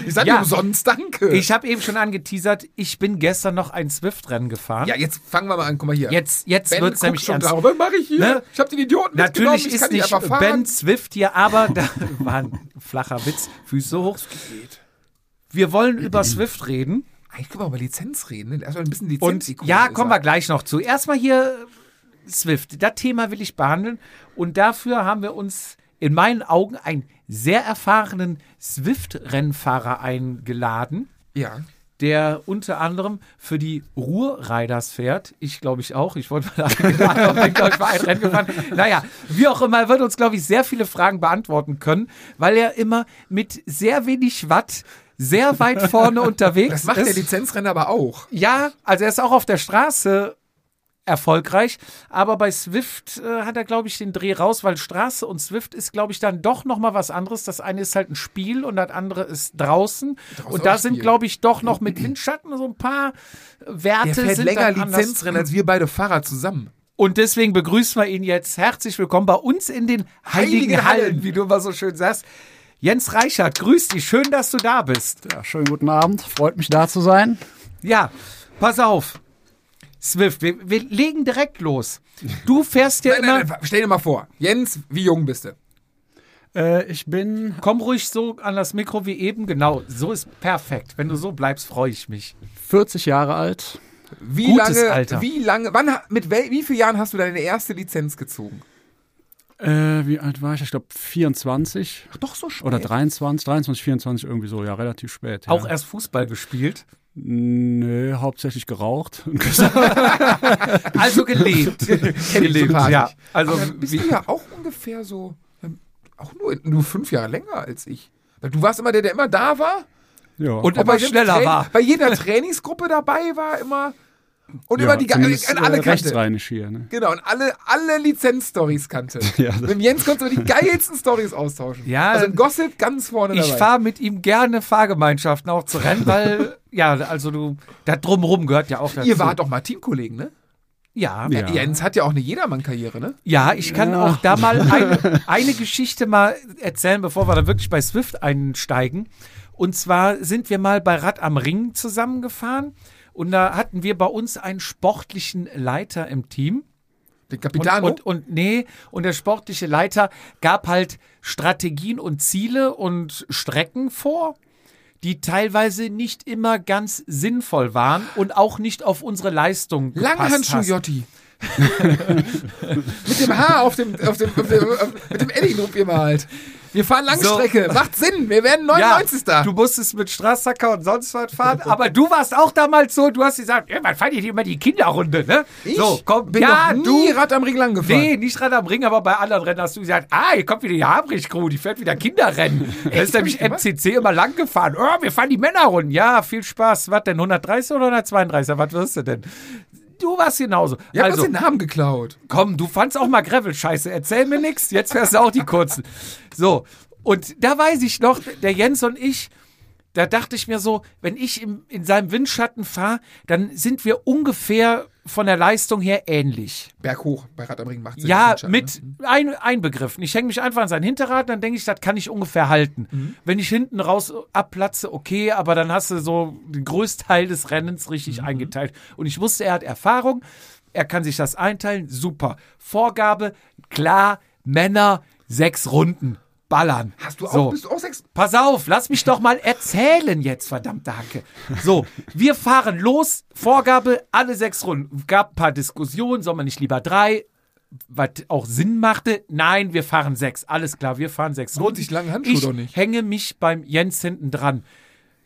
B: Ich sage
A: Ja.
B: dir umsonst Danke.
A: Ich habe eben schon angeteasert, ich bin gestern noch ein Swift-Rennen gefahren.
B: ja, jetzt fangen wir mal an. Guck mal hier.
A: Jetzt, jetzt
B: Ben
A: wird es
B: guckt
A: nämlich
B: schon
A: ernst.
B: da. Was mache ich hier?
A: Ne?
B: Ich habe den Idioten mitgenommen.
A: Natürlich
B: ich
A: ist
B: kann
A: nicht
B: einfach fahren.
A: Ben Swift hier, aber da war ein flacher Witz, Füße hoch. Wir wollen über Swift reden.
B: Eigentlich können wir über Lizenz reden. Ne? Erstmal ein bisschen Lizenz.
A: Und ja, kommen wir gleich noch zu. Erstmal hier äh, Swift. Das Thema will ich behandeln. Und dafür haben wir uns in meinen Augen einen sehr erfahrenen Swift-Rennfahrer eingeladen.
B: Ja.
A: der unter anderem für die Ruhrriders fährt. Ich glaube ich auch. Ich wurde mal eingeladen, aber bin, glaube ich, mal ein Rennen gefahren. Naja, wie auch immer, er wird uns, glaube ich, sehr viele Fragen beantworten können, weil er immer mit sehr wenig Watt sehr weit vorne unterwegs
B: Das macht der
A: ist.
B: Lizenzrenner aber auch.
A: Ja, also er ist auch auf der Straße erfolgreich, aber bei Swift äh, hat er glaube ich den Dreh raus, weil Straße und Swift ist glaube ich dann doch noch mal was anderes. Das eine ist halt ein Spiel und das andere ist draußen und da
B: auch
A: sind
B: Spiel.
A: glaube ich doch noch mit Windschatten so ein paar Werte
B: Der fährt
A: sind
B: länger
A: dann anders.
B: Lizenzrennen als wir beide Fahrer zusammen.
A: Und deswegen begrüßen wir ihn jetzt herzlich willkommen bei uns in den heiligen,
B: Heiligen
A: Hallen,
B: Hallen.
A: wie du immer so schön sagst. Jens Reichert, grüß dich, schön, dass du da bist.
D: Ja, schönen guten Abend. Freut mich, da zu sein.
A: Ja, pass auf. Swift, wir, wir legen direkt los. Du fährst ja
B: Nein,
A: immer.
B: nein, nein, stell dir mal vor. Jens, wie jung bist du?
D: Äh, ich bin.
A: Komm ruhig so an das Mikro wie eben. Genau, so ist perfekt. Wenn du so bleibst, freue ich mich.
D: 40 Jahre alt.
B: Wie
A: Gutes
B: lange,
A: Alter.
B: wie lange, wann, ha- mit wel, wie vielen Jahren hast du deine erste Lizenz gezogen?
D: Äh, wie alt war ich? Ich glaube 24
B: Doch so spät.
D: oder 23, 23, 24 irgendwie so. Ja, relativ spät. Ja.
A: Auch erst Fußball gespielt.
D: Nö, hauptsächlich geraucht.
A: Also gelebt. gelebt,
B: sympathisch.
A: ja. Also,
B: Aber dann bist
A: wie,
B: du ja auch ungefähr so, ähm, auch nur, nur fünf Jahre länger als ich. Weil du warst immer der, der immer da war.
D: ja.
A: Und-
B: auch bei
A: Immer
B: jedem
A: schneller war.
B: Bei jeder Trainingsgruppe dabei war immer. Und
D: ja,
B: immer die ga-
D: zumindest,
B: an alle
D: äh,
B: kannte.
D: rechtsrheinisch hier. Ne?
B: Genau, und alle, alle Lizenz-Stories kannte.
D: Ja, das-
B: mit Jens konntest du die geilsten Stories austauschen.
A: Ja,
B: also ein Gossip ganz vorne
A: ich
B: dabei.
A: fahre mit ihm gerne Fahrgemeinschaften auch zu Rennen, weil, ja, also du, da drumrum gehört ja auch dazu.
B: Ihr wart doch mal Teamkollegen, ne?
A: Ja,
D: Ja.
B: Jens hat ja auch eine Jedermann-Karriere, ne?
A: Ja, ich kann
D: Ja.
A: auch da mal eine, eine Geschichte mal erzählen, bevor wir dann wirklich bei Swift einsteigen. Und zwar sind wir mal bei Rad am Ring zusammengefahren und da hatten wir bei uns einen sportlichen Leiter im Team.
B: Den
A: Und,
B: Capitano.
A: und, und nee, und der sportliche Leiter gab halt Strategien und Ziele und Strecken vor, die teilweise nicht immer ganz sinnvoll waren und auch nicht auf unsere Leistung gepasst
B: Langhandschuh
A: hast.
B: Jotti. mit dem Haar auf dem, auf dem, auf dem, auf, mit dem Edding gemalt. Wir fahren Langstrecke. Macht Sinn. Wir werden 99.
A: Ja, du musstest mit Straßsacker und sonst was fahren, aber du warst auch damals so, du hast gesagt, ja, man fand ich immer die Kinderrunde, ne? so, komm,
B: Bin
A: ja,
B: noch nie
A: du.
B: Rad am Ring lang gefahren.
A: Nee, nicht Rad am Ring, aber bei anderen Rennen hast du gesagt, ah, hier kommt wieder die Habrich-Crew, die fährt wieder Kinderrennen. Da ist nämlich MCC immer lang gefahren. Oh, wir fahren die Männerrunden. Ja, viel Spaß. Was denn, 130 oder 132? Was wirst du denn? Du warst genauso.
B: Ihr habt
A: also,
B: uns den Namen geklaut.
A: Komm, du fandst auch mal Gravel scheiße. Erzähl mir nix. Jetzt fährst du auch die kurzen. So. Und da weiß ich noch, der Jens und ich, da dachte ich mir so, wenn ich im, in seinem Windschatten fahre, dann sind wir ungefähr von der Leistung her ähnlich.
B: Berghoch bei Rad am Ring macht Sinn.
A: Ja,
B: Windschatten, ne?
A: mit ein, einbegriffen. Ich hänge mich einfach an sein Hinterrad, dann denke ich, das kann ich ungefähr halten.
B: Mhm.
A: Wenn ich hinten raus abplatze, okay, aber dann hast du so den Größteil des Rennens richtig
B: Mhm.
A: eingeteilt. Und ich wusste, er hat Erfahrung, er kann sich das einteilen, super. Vorgabe, klar, Männer, sechs Runden, ballern.
B: Hast du auch,
A: So.
B: bist du auch sechs?
A: Pass auf, lass mich doch mal erzählen jetzt, verdammte Hacke. So, wir fahren los, Vorgabe, alle sechs Runden. Gab ein paar Diskussionen, soll man nicht lieber drei, was auch Sinn machte. Nein, wir fahren sechs, alles klar, wir fahren sechs Runden.
B: sich lange Handschuhe
A: ich
B: doch nicht.
A: hänge mich beim Jens hinten dran.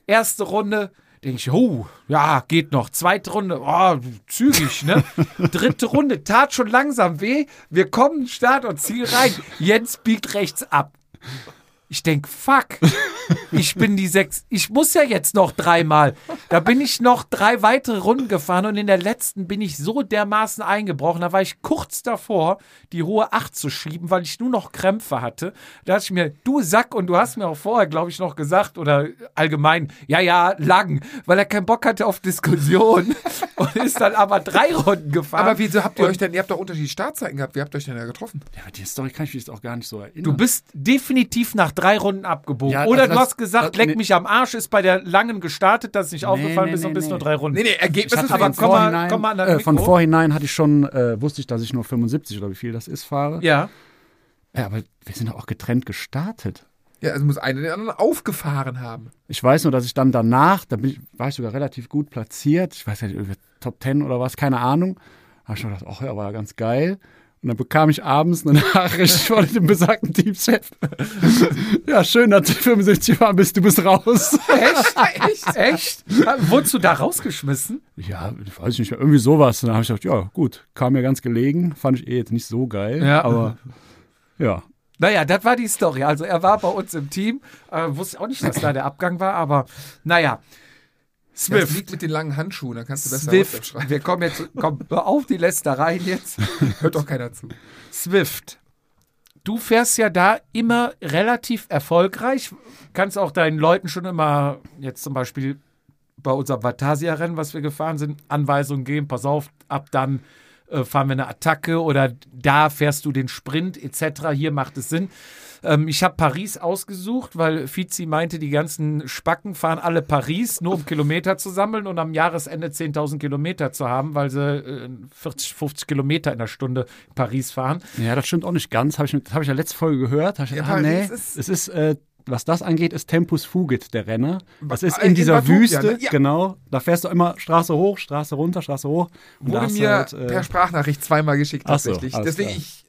A: Erste Runde, denke ich, oh, ja, geht noch. Zweite Runde, oh, zügig, ne? Dritte Runde, tat schon langsam weh. Wir kommen Start und Ziel rein. Jens biegt rechts ab. Ich denke, fuck, ich bin die sechs. Ich muss ja jetzt noch dreimal. Da bin ich noch drei weitere Runden gefahren und in der letzten bin ich so dermaßen eingebrochen. Da war ich kurz davor, die hohe Acht zu schieben, weil ich nur noch Krämpfe hatte. Da dachte ich mir, du Sack, und du hast mir auch vorher, glaube ich, noch gesagt oder allgemein, ja, ja, lang, weil er keinen Bock hatte auf Diskussion und ist dann aber drei Runden gefahren.
B: Aber wieso habt ihr
A: Und
B: euch denn, ihr habt doch unterschiedliche Startzeiten gehabt, wie habt ihr euch denn da getroffen?
D: Ja, aber die Story kann ich mich jetzt auch gar nicht so erinnern.
A: Du bist definitiv nach drei Runden abgebogen.
D: Ja,
A: Oder
D: also
A: du
D: das-
A: hast gesagt,
D: das-
A: leck
D: nee.
A: mich am Arsch, ist bei der langen gestartet, dass es nicht aufgefallen
D: nee,
A: bist und
D: nee,
A: bist
D: nee.
A: nur drei Runden.
B: Nee, nee, Ergebnis
D: ich hatte
B: ist
A: aber
D: aber
B: aber
D: von,
A: komm mal-
D: vorhinein,
A: komm mal an das
D: äh, von
A: Mikro.
D: vorhinein hatte ich schon, äh, wusste ich, dass ich nur 75 oder wie viel das ist fahre.
A: Ja.
D: ja aber wir sind doch auch getrennt gestartet.
B: Ja, also muss einer den anderen aufgefahren haben.
D: Ich weiß nur, dass ich dann danach, da bin ich, war ich sogar relativ gut platziert. Ich weiß ja nicht, irgendwie Top 10 oder was, keine Ahnung. Habe ich mir gedacht, ach ja, war ja ganz geil. Und dann bekam ich abends eine Nachricht von dem besagten Teamchef. ja, schön, dass du 75 waren bist, du bist raus.
A: Echt? Echt? Wurdest du da rausgeschmissen?
D: Ja, weiß ich nicht mehr, irgendwie sowas. Und dann habe ich gedacht, ja, gut, kam mir ganz gelegen. Fand ich eh jetzt nicht so geil.
A: Ja.
D: Aber ja,
A: Naja, das war die Story. Also er war bei uns im Team. Äh, wusste auch nicht, dass da der Abgang war, aber naja.
B: Das
A: Swift.
B: liegt mit den langen Handschuhen, da kannst du besser WhatsApp
A: Swift.
B: schreiben.
A: Wir kommen jetzt, komm, hör auf die Lästereien jetzt.
B: Hört doch keiner zu.
A: Swift. Du fährst ja da immer relativ erfolgreich, kannst auch deinen Leuten schon immer, jetzt zum Beispiel bei unserem Vatasia-Rennen, was wir gefahren sind, Anweisungen geben, pass auf, ab dann äh, fahren wir eine Attacke oder da fährst du den Sprint etc., hier macht es Sinn. Ähm, ich habe Paris ausgesucht, weil Fizi meinte, die ganzen Spacken fahren alle Paris, nur um Kilometer zu sammeln und am Jahresende 10.000 Kilometer zu haben, weil sie äh, 40, 50 Kilometer in der Stunde Paris fahren.
D: Ja, das stimmt auch nicht ganz. Hab ich, das habe ich ja letzte Folge gehört. Hab ich,
B: Ja,
D: gedacht, ah,
B: Paris
D: nee,
B: ist-
D: es ist, äh, was das angeht, ist Tempus Fugit der Renner. Das ist
B: äh,
D: in,
B: in
D: dieser
B: Batuvia,
D: Wüste,
B: ne? Ja.
D: genau. Da fährst du immer Straße hoch, Straße runter, Straße hoch. Und da
B: Wurde
D: hast du
B: mir
D: halt,
B: per Sprachnachricht zweimal geschickt
D: Ach so,
B: tatsächlich.
D: alles
B: Deswegen,
D: klar.
B: ich,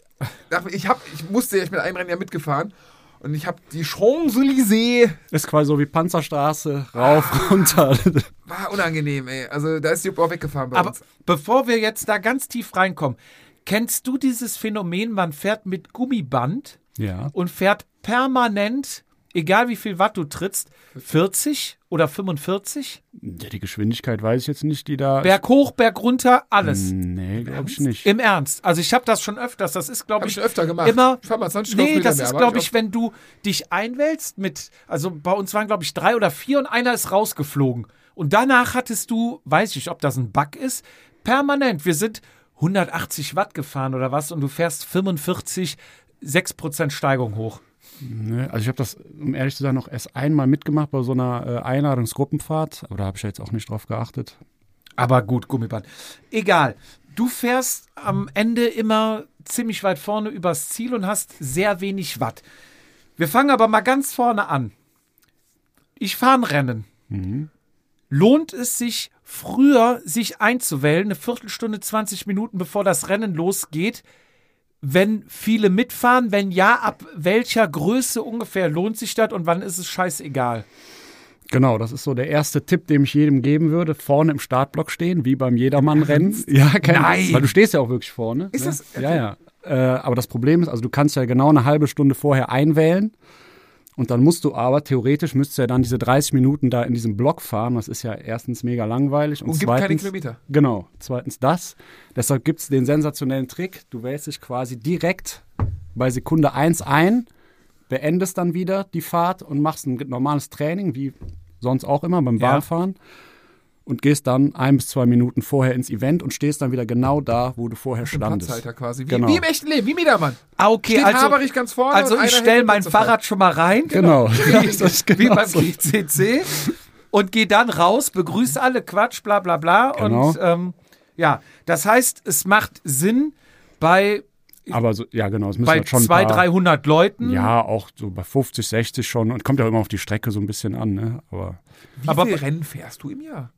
B: nach- ich, hab, ich musste ja, ich bin einem Rennen ja mitgefahren und ich habe die Champs-Élysées,
D: ist quasi so wie Panzerstraße,
B: Ah.
D: rauf, runter.
B: war unangenehm, ey. Also da ist Jupp auch weggefahren bei
A: Aber
B: uns.
A: bevor wir jetzt da ganz tief reinkommen, kennst du dieses Phänomen, man fährt mit Gummiband
D: ja.
A: und fährt permanent, egal wie viel Watt du trittst, 40 oder 45?
D: ja. Die Geschwindigkeit weiß ich jetzt nicht, die da.
A: Berg hoch, Berg runter, alles.
D: nee, glaube ich nicht.
A: Im Ernst. Also ich habe das schon öfters, das ist glaube
B: Habe ich
A: ich
B: schon öfter gemacht.
A: immer-
B: Ich fahr mal 20
A: Nee,
B: Kilometer
A: das
B: mehr,
A: ist,
B: aber
A: glaube
B: hab
A: ich, wenn du dich einwählst mit, also bei uns waren, glaube ich, drei oder vier und einer ist rausgeflogen. Und danach hattest du, weiß ich nicht, ob das ein Bug ist, permanent. Wir sind 180 Watt gefahren oder was und du fährst 45, 6% Steigung hoch.
D: Nee, also ich habe das, um ehrlich zu sein, noch erst einmal mitgemacht bei so einer äh, Einladungsgruppenfahrt. Aber da habe ich ja jetzt auch nicht drauf geachtet.
A: Aber gut, Gummiband. Egal. Du fährst am Ende immer ziemlich weit vorne übers Ziel und hast sehr wenig Watt. Wir fangen aber mal ganz vorne an. Ich fahre ein Rennen. Mhm. Lohnt es sich früher, sich einzuwählen, eine Viertelstunde, 20 Minuten, bevor das Rennen losgeht, wenn viele mitfahren? Wenn ja, ab welcher Größe ungefähr lohnt sich das und wann ist es scheißegal?
D: Genau, das ist so der erste Tipp, den ich jedem geben würde. Vorne im Startblock stehen, wie beim Jedermannrennen. Ja, kein
B: Nein.
D: Weil du stehst ja auch wirklich vorne. Ist ne?
B: das-
D: Ja, ja. Äh, aber das Problem ist, also du kannst ja genau eine halbe Stunde vorher einwählen. Und dann musst du aber, theoretisch müsstest du ja dann diese 30 Minuten da in diesem Block fahren. Das ist ja erstens mega langweilig. Und,
B: Und gibt keine
D: zweitens,
B: Kilometer.
D: Genau, zweitens das. Deshalb gibt es den sensationellen Trick. Du wählst dich quasi direkt bei Sekunde 1 ein, beendest dann wieder die Fahrt und machst ein normales Training, wie sonst auch immer beim
A: Ja.
D: Bahnfahren. Und gehst dann ein bis zwei Minuten vorher ins Event und stehst dann wieder genau da, wo du vorher standest.
B: Platzhalter quasi. Wie,
D: Genau.
B: wie im echten Leben, wie Miedermann.
A: Ah, okay,
B: Steht
A: also,
B: Haberich ganz vorne und
A: also
B: einer
A: ich
B: hält
A: stelle
B: den
A: mein
B: Platz frei.
A: Fahrrad schon mal rein.
D: Genau.
A: Wie,
D: Das ist
A: wie
D: genau
A: beim
D: so.
A: GCC. Und gehe dann raus, begrüße alle, Quatsch, bla bla bla.
D: Genau.
A: Und ähm, ja, das heißt, es macht Sinn bei,
D: Aber so, ja, genau, es müssen
A: bei
D: halt schon ein
A: 200,
D: paar,
A: 300 Leuten.
D: Ja, auch so bei 50, 60 schon. Und kommt ja auch immer auf die Strecke so ein bisschen an, ne? Aber
B: Wie
A: Aber-
B: viel Rennen fährst du im Jahr?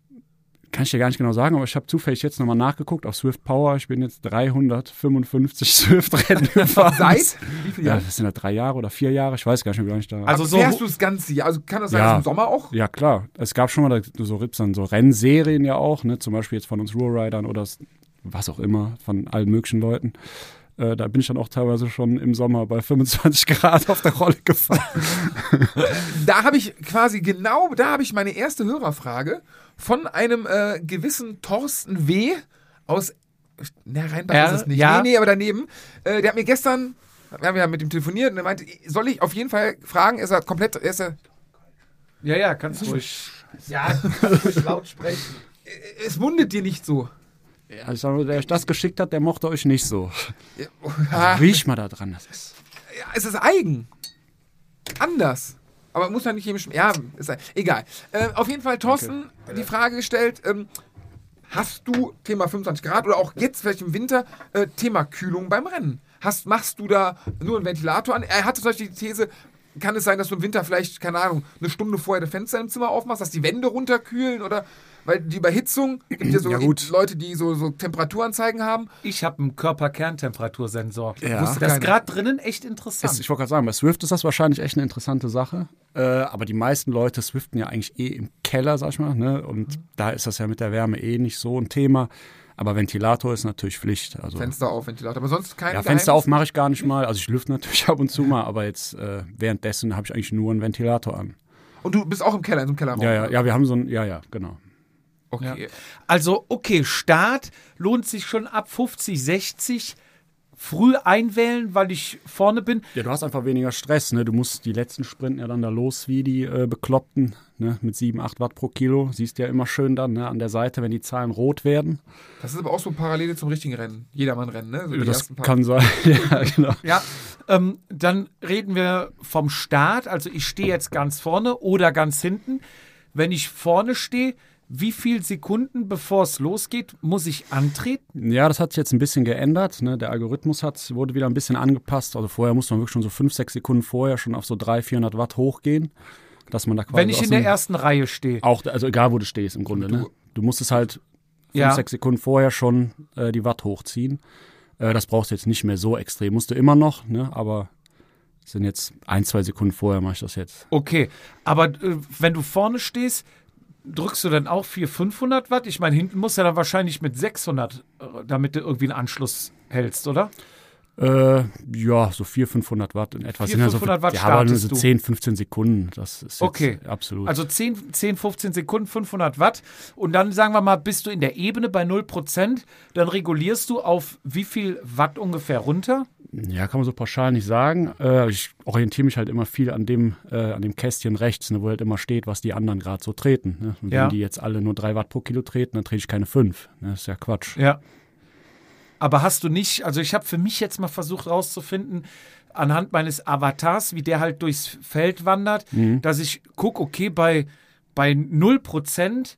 D: Kann ich dir gar nicht genau sagen, aber ich habe zufällig jetzt nochmal nachgeguckt auf Swift Power. Ich bin jetzt 355 Swift-Rennen gefahren.
B: Seit? Wie viel
D: Ja,
B: Jahr?
D: das sind ja drei Jahre oder vier Jahre. Ich weiß gar nicht, mehr, wie lange ich da war.
A: Also so,
B: Fährst du das ganze Jahr? Also kann das sein,
D: Ja.
B: dass im Sommer auch?
D: ja, klar. Es gab schon mal da- so Rips dann so Rennserien ja auch, ne? Zum Beispiel jetzt von uns Ruhrridern oder s- was auch immer, von allen möglichen Leuten. Äh, da bin ich dann auch teilweise schon im Sommer bei 25 Grad auf der Rolle gefahren.
B: Da habe ich quasi genau, da habe ich meine erste Hörerfrage von einem äh, gewissen Thorsten W. aus, na, Rheinbach
A: R,
B: ist es nicht,
A: ja.
B: nee, nee, aber daneben. Äh, der hat mir gestern, haben wir mit ihm telefoniert und er meinte, soll ich auf jeden Fall fragen, ist er komplett, ist er,
A: ja, ja, kannst du ruhig. Ja, laut sprechen.
B: es mundet dir nicht so.
D: Ja, ich sag mal, wer euch das geschickt hat, der mochte euch nicht so. Also
B: Ah,
D: Riech mal da dran, das ist.
B: ja, es ist eigen. Anders. Aber muss ja nicht jedem schmecken. Ja, ist ein- egal. Äh, auf jeden Fall, Thorsten, die Frage gestellt, ähm, hast du Thema 25 Grad oder auch jetzt vielleicht im Winter äh, Thema Kühlung beim Rennen? Hast, machst du da nur einen Ventilator an? Er hatte zum Beispiel die These, kann es sein, dass du im Winter vielleicht, keine Ahnung, eine Stunde vorher das Fenster im Zimmer aufmachst, dass die Wände runterkühlen oder weil die Überhitzung gibt ja so
D: gut.
B: Leute, die so, so Temperaturanzeigen haben.
A: Ich habe einen Körperkerntemperatursensor.
D: Ja.
A: Das
D: Wusste
A: ist
B: keiner.
A: gerade drinnen echt
D: Ist,
A: interessant.
D: ich wollte gerade sagen, bei Swift ist das wahrscheinlich echt eine interessante Sache. Äh, aber die meisten Leute swiften ja eigentlich eh im Keller, sag ich mal. Ne? Und da ist das ja mit der Wärme eh nicht so ein Thema. Aber Ventilator ist natürlich Pflicht. Also,
B: Fenster auf, Ventilator, aber sonst kein
D: ja, Fenster
B: Geheimnis.
D: auf mache ich gar nicht mal. Also ich lüfte natürlich ab und zu mal, aber jetzt äh, währenddessen habe ich eigentlich nur einen Ventilator an.
B: Und du bist auch im Keller, in so einem Kellerraum.
D: Oh, Ja, ja, ja, wir haben so ein, ja, ja, genau.
B: Okay.
A: Also, okay, Start lohnt sich schon ab 50, 60. Früh einwählen, weil ich vorne bin.
D: Ja, du hast einfach weniger Stress, ne? Du musst die letzten Sprinten ja dann da los wie die äh, Bekloppten, ne? Mit 7, 8 Watt pro Kilo. Siehst ja immer schön dann, ne? An der Seite, wenn die Zahlen rot werden.
B: Das ist aber auch so Parallele zum richtigen Rennen. Jedermann-Rennen, ne? So die
D: das
B: ersten paar-
D: kann sein. ja, genau.
A: Ja, ähm, dann reden wir vom Start. Also ich stehe jetzt ganz vorne oder ganz hinten. Wenn ich vorne stehe, wie viele Sekunden bevor es losgeht, muss ich antreten?
D: Ja, das hat sich jetzt ein bisschen geändert. Ne? Der Algorithmus hat, wurde wieder ein bisschen angepasst. Also vorher musste man wirklich schon so 5, 6 Sekunden vorher schon auf so 300, 400 Watt hochgehen, dass man da quasi
A: Wenn ich
D: aus
A: in der
D: dem-
A: ersten Reihe stehe.
D: auch, also egal wo du stehst im Grunde. Ne? Du musstest halt 5,
A: Ja.
D: 6 Sekunden vorher schon äh, die Watt hochziehen. Äh, das brauchst du jetzt nicht mehr so extrem. Musst du immer noch, ne? aber es sind jetzt ein, zwei Sekunden vorher mache ich das jetzt.
A: Okay, aber äh, wenn du vorne stehst, drückst du dann auch 400, 500 Watt? Ich meine, hinten musst du ja dann wahrscheinlich mit 600, äh, damit du irgendwie einen Anschluss hältst, oder?
D: Äh, ja, so 400, 500 Watt in etwa.
A: 400,
D: Sind ja so,
A: 500 Watt
D: ja, aber nur
A: startest
D: so
A: du.
D: 10, 15 Sekunden. Das ist jetzt
A: Okay.
D: absolut.
A: Also 10, 10, 15 Sekunden, 500 Watt. Und dann sagen wir mal, bist du in der Ebene bei 0%, dann regulierst du auf wie viel Watt ungefähr runter?
D: Ja, kann man so pauschal nicht sagen. Äh, ich orientiere mich halt immer viel an dem, äh, an dem Kästchen rechts, ne, wo halt immer steht, was die anderen gerade so treten. Ne? Und
A: Ja.
D: wenn die jetzt alle nur 3 Watt pro Kilo treten, dann trete ich keine 5. Ne? Das ist ja Quatsch.
A: Ja. Aber hast du nicht, also ich habe für mich jetzt mal versucht rauszufinden, anhand meines Avatars, wie der halt durchs Feld wandert,
D: Mhm.
A: dass ich gucke, okay, bei, bei 0%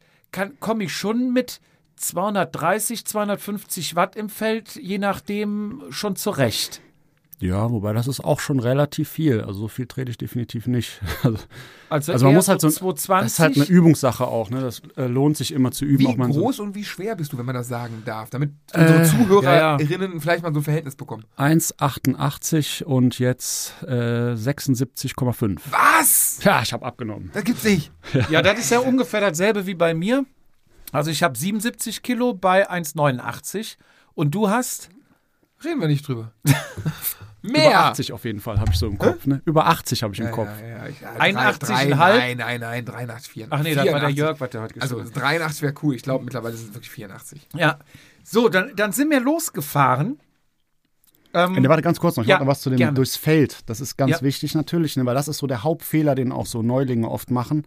A: komme ich schon mit 230, 250 Watt im Feld, je nachdem, schon zurecht.
D: Ja, wobei das ist auch schon relativ viel. Also so viel trete ich definitiv nicht. Also,
A: Also,
D: also man
A: eher
D: muss halt so, das
A: 220.
D: ist halt eine Übungssache auch. Ne? Das äh, lohnt sich immer zu üben.
B: Wie
D: auch man so Äh,
B: groß und wie schwer bist du, wenn man das sagen darf? Damit unsere Zuhörerinnen vielleicht mal so ein Verhältnis bekommen.
D: 1,88 und jetzt äh, 76,5.
B: Was?
D: Ja, ich habe abgenommen.
B: Das gibt's nicht.
A: ja, das ist ja ungefähr dasselbe wie bei mir. Also ich habe 77 Kilo bei 1,89 und du hast
B: Reden wir nicht drüber.
D: Über
B: Mehr.
D: 80 auf jeden Fall habe ich so im Kopf. Ne? Über 80 habe ich im Kopf.
B: Ja, ja, ja, ich- ja,
A: 81,5?
B: drei- Nein, nein, nein, 83, 84.
A: Ach nee, das war der
B: 84.
A: Jörg, was der heute geschrieben
B: Also 83 wäre cool. Ich glaube, mittlerweile sind es wirklich 84.
A: Ja. So, dann, dann sind wir losgefahren. Ähm,
D: Ne, warte ganz kurz noch, ich
A: Ja,
D: ja, noch was zu dem
A: gerne.
D: durchs Feld. Das ist ganz
A: Ja.
D: wichtig natürlich, ne, weil das ist so der Hauptfehler, den auch so Neulinge oft machen.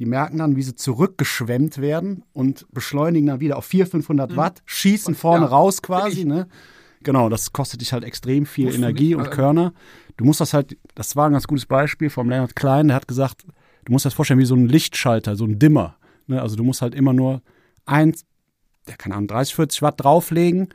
D: Die merken dann, wie sie zurückgeschwemmt werden und beschleunigen dann wieder auf 400, 500 Watt, schießen vorne raus quasi. Ne? Genau, das kostet dich halt extrem viel Energie und Körner. Du musst das halt, das war ein ganz gutes Beispiel vom Leonard Klein, der hat gesagt, du musst dir das vorstellen wie so ein Lichtschalter, so ein Dimmer. Ne? Also du musst halt immer nur eins, ja, keine Ahnung, 30, 40 Watt drauflegen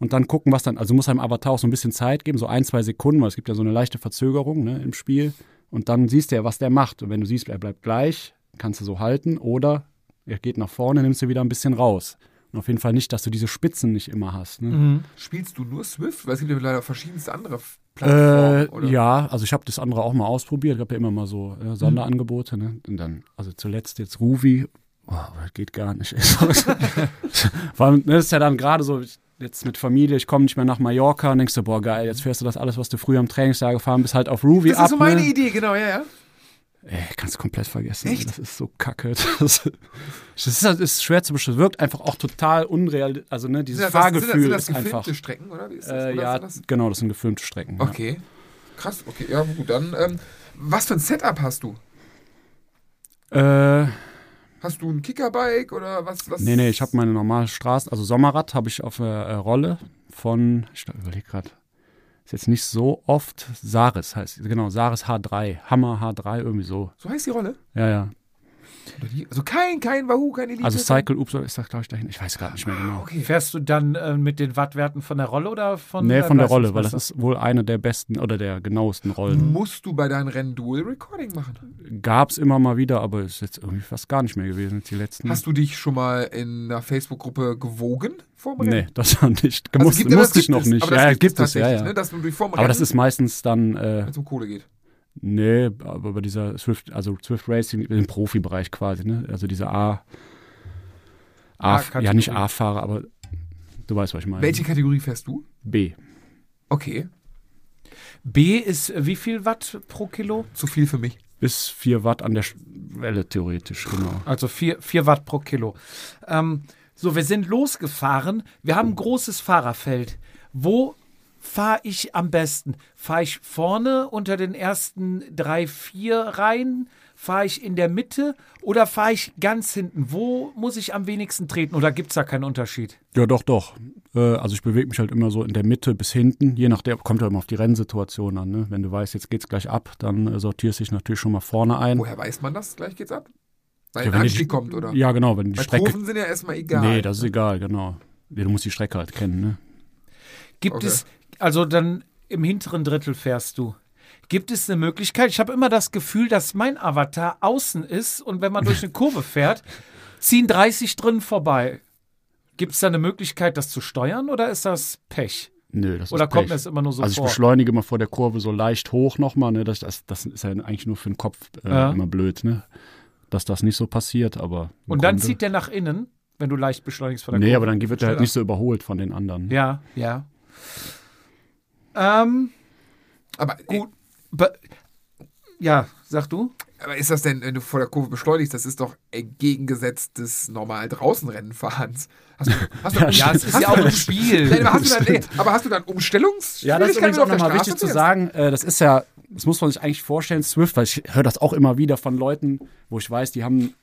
D: und dann gucken, was dann, also muss einem Avatar auch so ein bisschen Zeit geben, so ein, zwei Sekunden, weil es gibt ja so eine leichte Verzögerung ne, im Spiel. Und dann siehst du ja, was der macht. Und wenn du siehst, er bleibt gleich, kannst du so halten oder er geht nach vorne, nimmst du wieder ein bisschen raus. Und auf jeden Fall nicht, dass du diese Spitzen nicht immer hast. Ne?
B: Spielst du nur Swift? Weil es gibt ja leider verschiedenste andere F- Plattformen. oder? Hm.
D: Äh, ja, also ich habe das andere auch mal ausprobiert. Ich habe ja immer mal so äh, Sonderangebote. Ne? Und dann, also zuletzt jetzt Ruvi. Oh, das geht gar nicht. Vor allem, ne, das ist ja dann gerade so, ich, jetzt mit Familie, ich komme nicht mehr nach Mallorca und denkst du, boah, geil, jetzt fährst du das alles, was du früher am Trainingslager gefahren bist, halt auf Ruvi
B: das
D: ab.
B: ist so meine
D: ne?
B: Idee, genau, ja, ja.
D: Ey, kannst du komplett vergessen.
B: Echt?
D: Das ist so kacke. Das, das, ist, das ist schwer zu beschreiben. Wirkt einfach auch total unreal. Also, ne, dieses
B: Sind das- sind das-
D: Fahrgefühl
B: sind das,
D: ist einfach.
B: gefilmte Strecken, oder? Wie ist das?
D: Äh,
B: oder
D: ja,
B: sind das?
D: genau, das sind gefilmte Strecken. ja.
B: Okay. Krass, okay. Ja, gut, dann. Ähm, was für ein Setup hast du?
D: Äh,
B: Hast du ein Kickerbike oder was? was
D: Nee, nee, ich habe meine normale Straße, also Sommerrad habe ich auf der äh, Rolle von, ich überlege gerade, ist jetzt nicht so oft, Saris heißt, genau, Saris H3, Hammer H3, irgendwie so.
B: So heißt die Rolle?
D: Ja, ja.
B: Also kein, kein Wahoo, keine Elite.
D: Also Cycle Oops ist das, glaube ich, dahin. Ich weiß gerade nicht mehr genau.
B: Okay.
A: Fährst du dann äh, mit den Wattwerten von der Rolle oder von
D: Nee,
A: äh,
D: von der Rolle, weil das
A: Leistungsmesser?
D: ist wohl eine der besten oder der genauesten Rollen.
B: Musst du bei deinen Rennen Dual Recording machen?
D: Gab's immer mal wieder, aber ist jetzt irgendwie fast gar nicht mehr gewesen, jetzt die letzten.
B: Hast du dich schon mal in einer Facebook-Gruppe gewogen vorm Rennen?
D: Nee, das war nicht.
B: Also es
D: Musste,
B: gibt ja das
D: musste ich
B: gibt
D: noch
B: es,
D: nicht.
B: Aber das
D: Ja, ja,
B: gibt es
D: ja,
B: tatsächlich,
D: ja.
B: Ne, dass man durch vorm Rennen,
D: Aber das ist meistens dann äh,
B: wenn es um Kohle geht.
D: Nee, aber bei dieser Swift, also Swift Racing im Profibereich quasi, ne? Also diese A. A,
A: A-Kategorie.
D: ja, nicht A-Fahrer, aber du weißt, was ich meine.
B: Welche Kategorie fährst du?
D: B.
B: Okay,
A: B ist äh, wie viel Watt pro Kilo?
B: zu viel für mich.
D: Bis 4 Watt an der Schwelle theoretisch, genau.
A: Also 4 vier Watt pro Kilo. Ähm, so, wir sind losgefahren. Wir haben ein großes Fahrerfeld. Wo fahre ich am besten? Fahre ich vorne unter den ersten drei, vier Reihen? Fahre ich in der Mitte oder fahre ich ganz hinten? Wo muss ich am wenigsten treten oder gibt es da keinen Unterschied?
D: Ja, doch, doch. Äh, also ich bewege mich halt immer so in der Mitte bis hinten, je nachdem, kommt ja immer auf die Rennsituation an, ne? Wenn du weißt, jetzt geht's gleich ab, dann äh, sortierst du dich natürlich schon mal vorne ein.
B: Woher weiß man das? Gleich geht's ab. Weil
D: Ja,
B: ein
D: wenn die-
B: Anstieg kommt, oder?
D: Ja, genau, wenn die
B: Weil
D: Strecke.
B: Kurven sind ja erstmal egal.
D: Nee, das ist egal, genau. Ja, Du musst die Strecke halt kennen, ne?
A: Gibt
B: Okay.
A: es, also dann im hinteren Drittel fährst du. Gibt es eine Möglichkeit? Ich habe immer das Gefühl, dass mein Avatar außen ist und wenn man durch eine Kurve fährt, ziehen 30 drinnen vorbei. Gibt es da eine Möglichkeit, das zu steuern oder ist das Pech?
D: Nö, das
A: Oder
D: ist
A: kommt
D: Pech.
A: mir das immer nur so
D: also ich
A: vor?
D: beschleunige immer vor der Kurve so leicht hoch nochmal. Ne? Das, das, das ist ja eigentlich nur für den Kopf äh,
A: Ja.
D: immer blöd, ne? dass das nicht so passiert. Aber im
A: und dann
D: Grunde-
A: zieht der nach innen, wenn du leicht beschleunigst von der
D: Nee,
A: Kurve.
D: aber dann wird er halt nicht so überholt von den anderen. ne.
A: Ja, ja. Ähm,
B: Aber,
A: gut. Be- Ja, sag du?
B: aber ist das denn, wenn du vor der Kurve beschleunigst, das ist doch entgegengesetzt des normal draußen Rennenfahrens. Hast du, hast du,
A: Ja, es ist ja auch ein Spiel.
B: Nein, aber, hast du dann, nee, aber hast du dann Umstellungs?
D: Ja, das ist übrigens auch nochmal wichtig zu
B: sagen.
D: sagen. Äh, das ist ja, das muss man sich eigentlich vorstellen, Swift, weil ich höre das auch immer wieder von Leuten, wo ich weiß, die haben,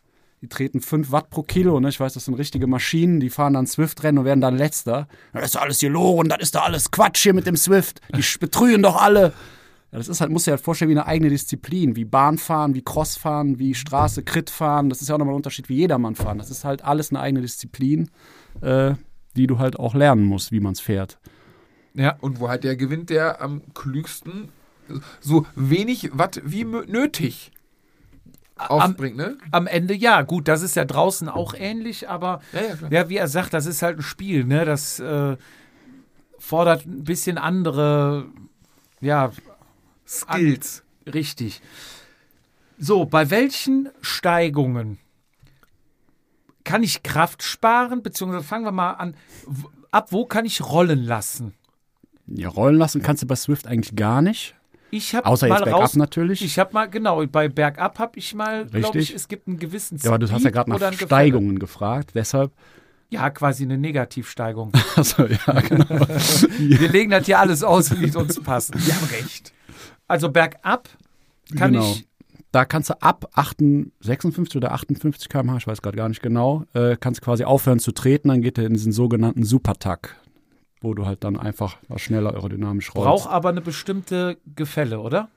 D: die treten 5 Watt pro Kilo. Ne? Ich weiß, das sind richtige Maschinen, die fahren dann Swift-Rennen und werden dann Letzter. Das ist doch alles gelogen, das ist doch alles Quatsch hier mit dem Swift. Die sch- betrügen doch alle. Ja, das ist halt, muss dir halt vorstellen, wie eine eigene Disziplin, wie Bahnfahren, wie Crossfahren, wie Straße, Krit fahren. Das ist ja auch nochmal ein Unterschied, wie jedermann fahren. Das ist halt alles eine eigene Disziplin, äh, die du halt auch lernen musst, wie man es fährt.
A: Ja.
B: Und wo halt der gewinnt, der am klügsten so wenig Watt wie mö- nötig aufbringt, ne?
A: Am Ende, ja, gut, das ist ja draußen auch ähnlich, aber
B: Ja, ja, klar.
A: ja, wie er sagt, das ist halt ein Spiel, ne? Das äh, fordert ein bisschen andere, ja,
B: Skills.
A: richtig. So, bei welchen Steigungen kann ich Kraft sparen, beziehungsweise fangen wir mal an, w- ab wo kann ich rollen lassen?
D: Ja, rollen lassen kannst du bei Swift eigentlich gar nicht.
A: Ich habe
D: Außer
A: mal
D: jetzt bergab
A: raus,
D: natürlich.
A: Ich habe mal, genau, bei Bergab habe ich mal, glaube
D: Richtig.
A: ich, es gibt einen gewissen
D: ja, aber du hast ja
A: Speed
D: gerade
A: oder
D: nach
A: ein Gefälle.
D: Steigungen gefragt. Deshalb.
A: Ja, quasi eine Negativsteigung.
D: Also, ja, genau.
A: Wir legen das hier alles aus, wie es uns passt. Wir haben recht. Also bergab kann
D: genau.
A: ich.
D: Da kannst du ab 58, 56 oder 58 km/h, ich weiß gerade gar nicht genau, äh, kannst quasi aufhören zu treten, dann geht er in diesen sogenannten Supertack, wo du halt dann einfach mal schneller aerodynamisch rollst.
A: Braucht aber eine bestimmte Gefälle, oder?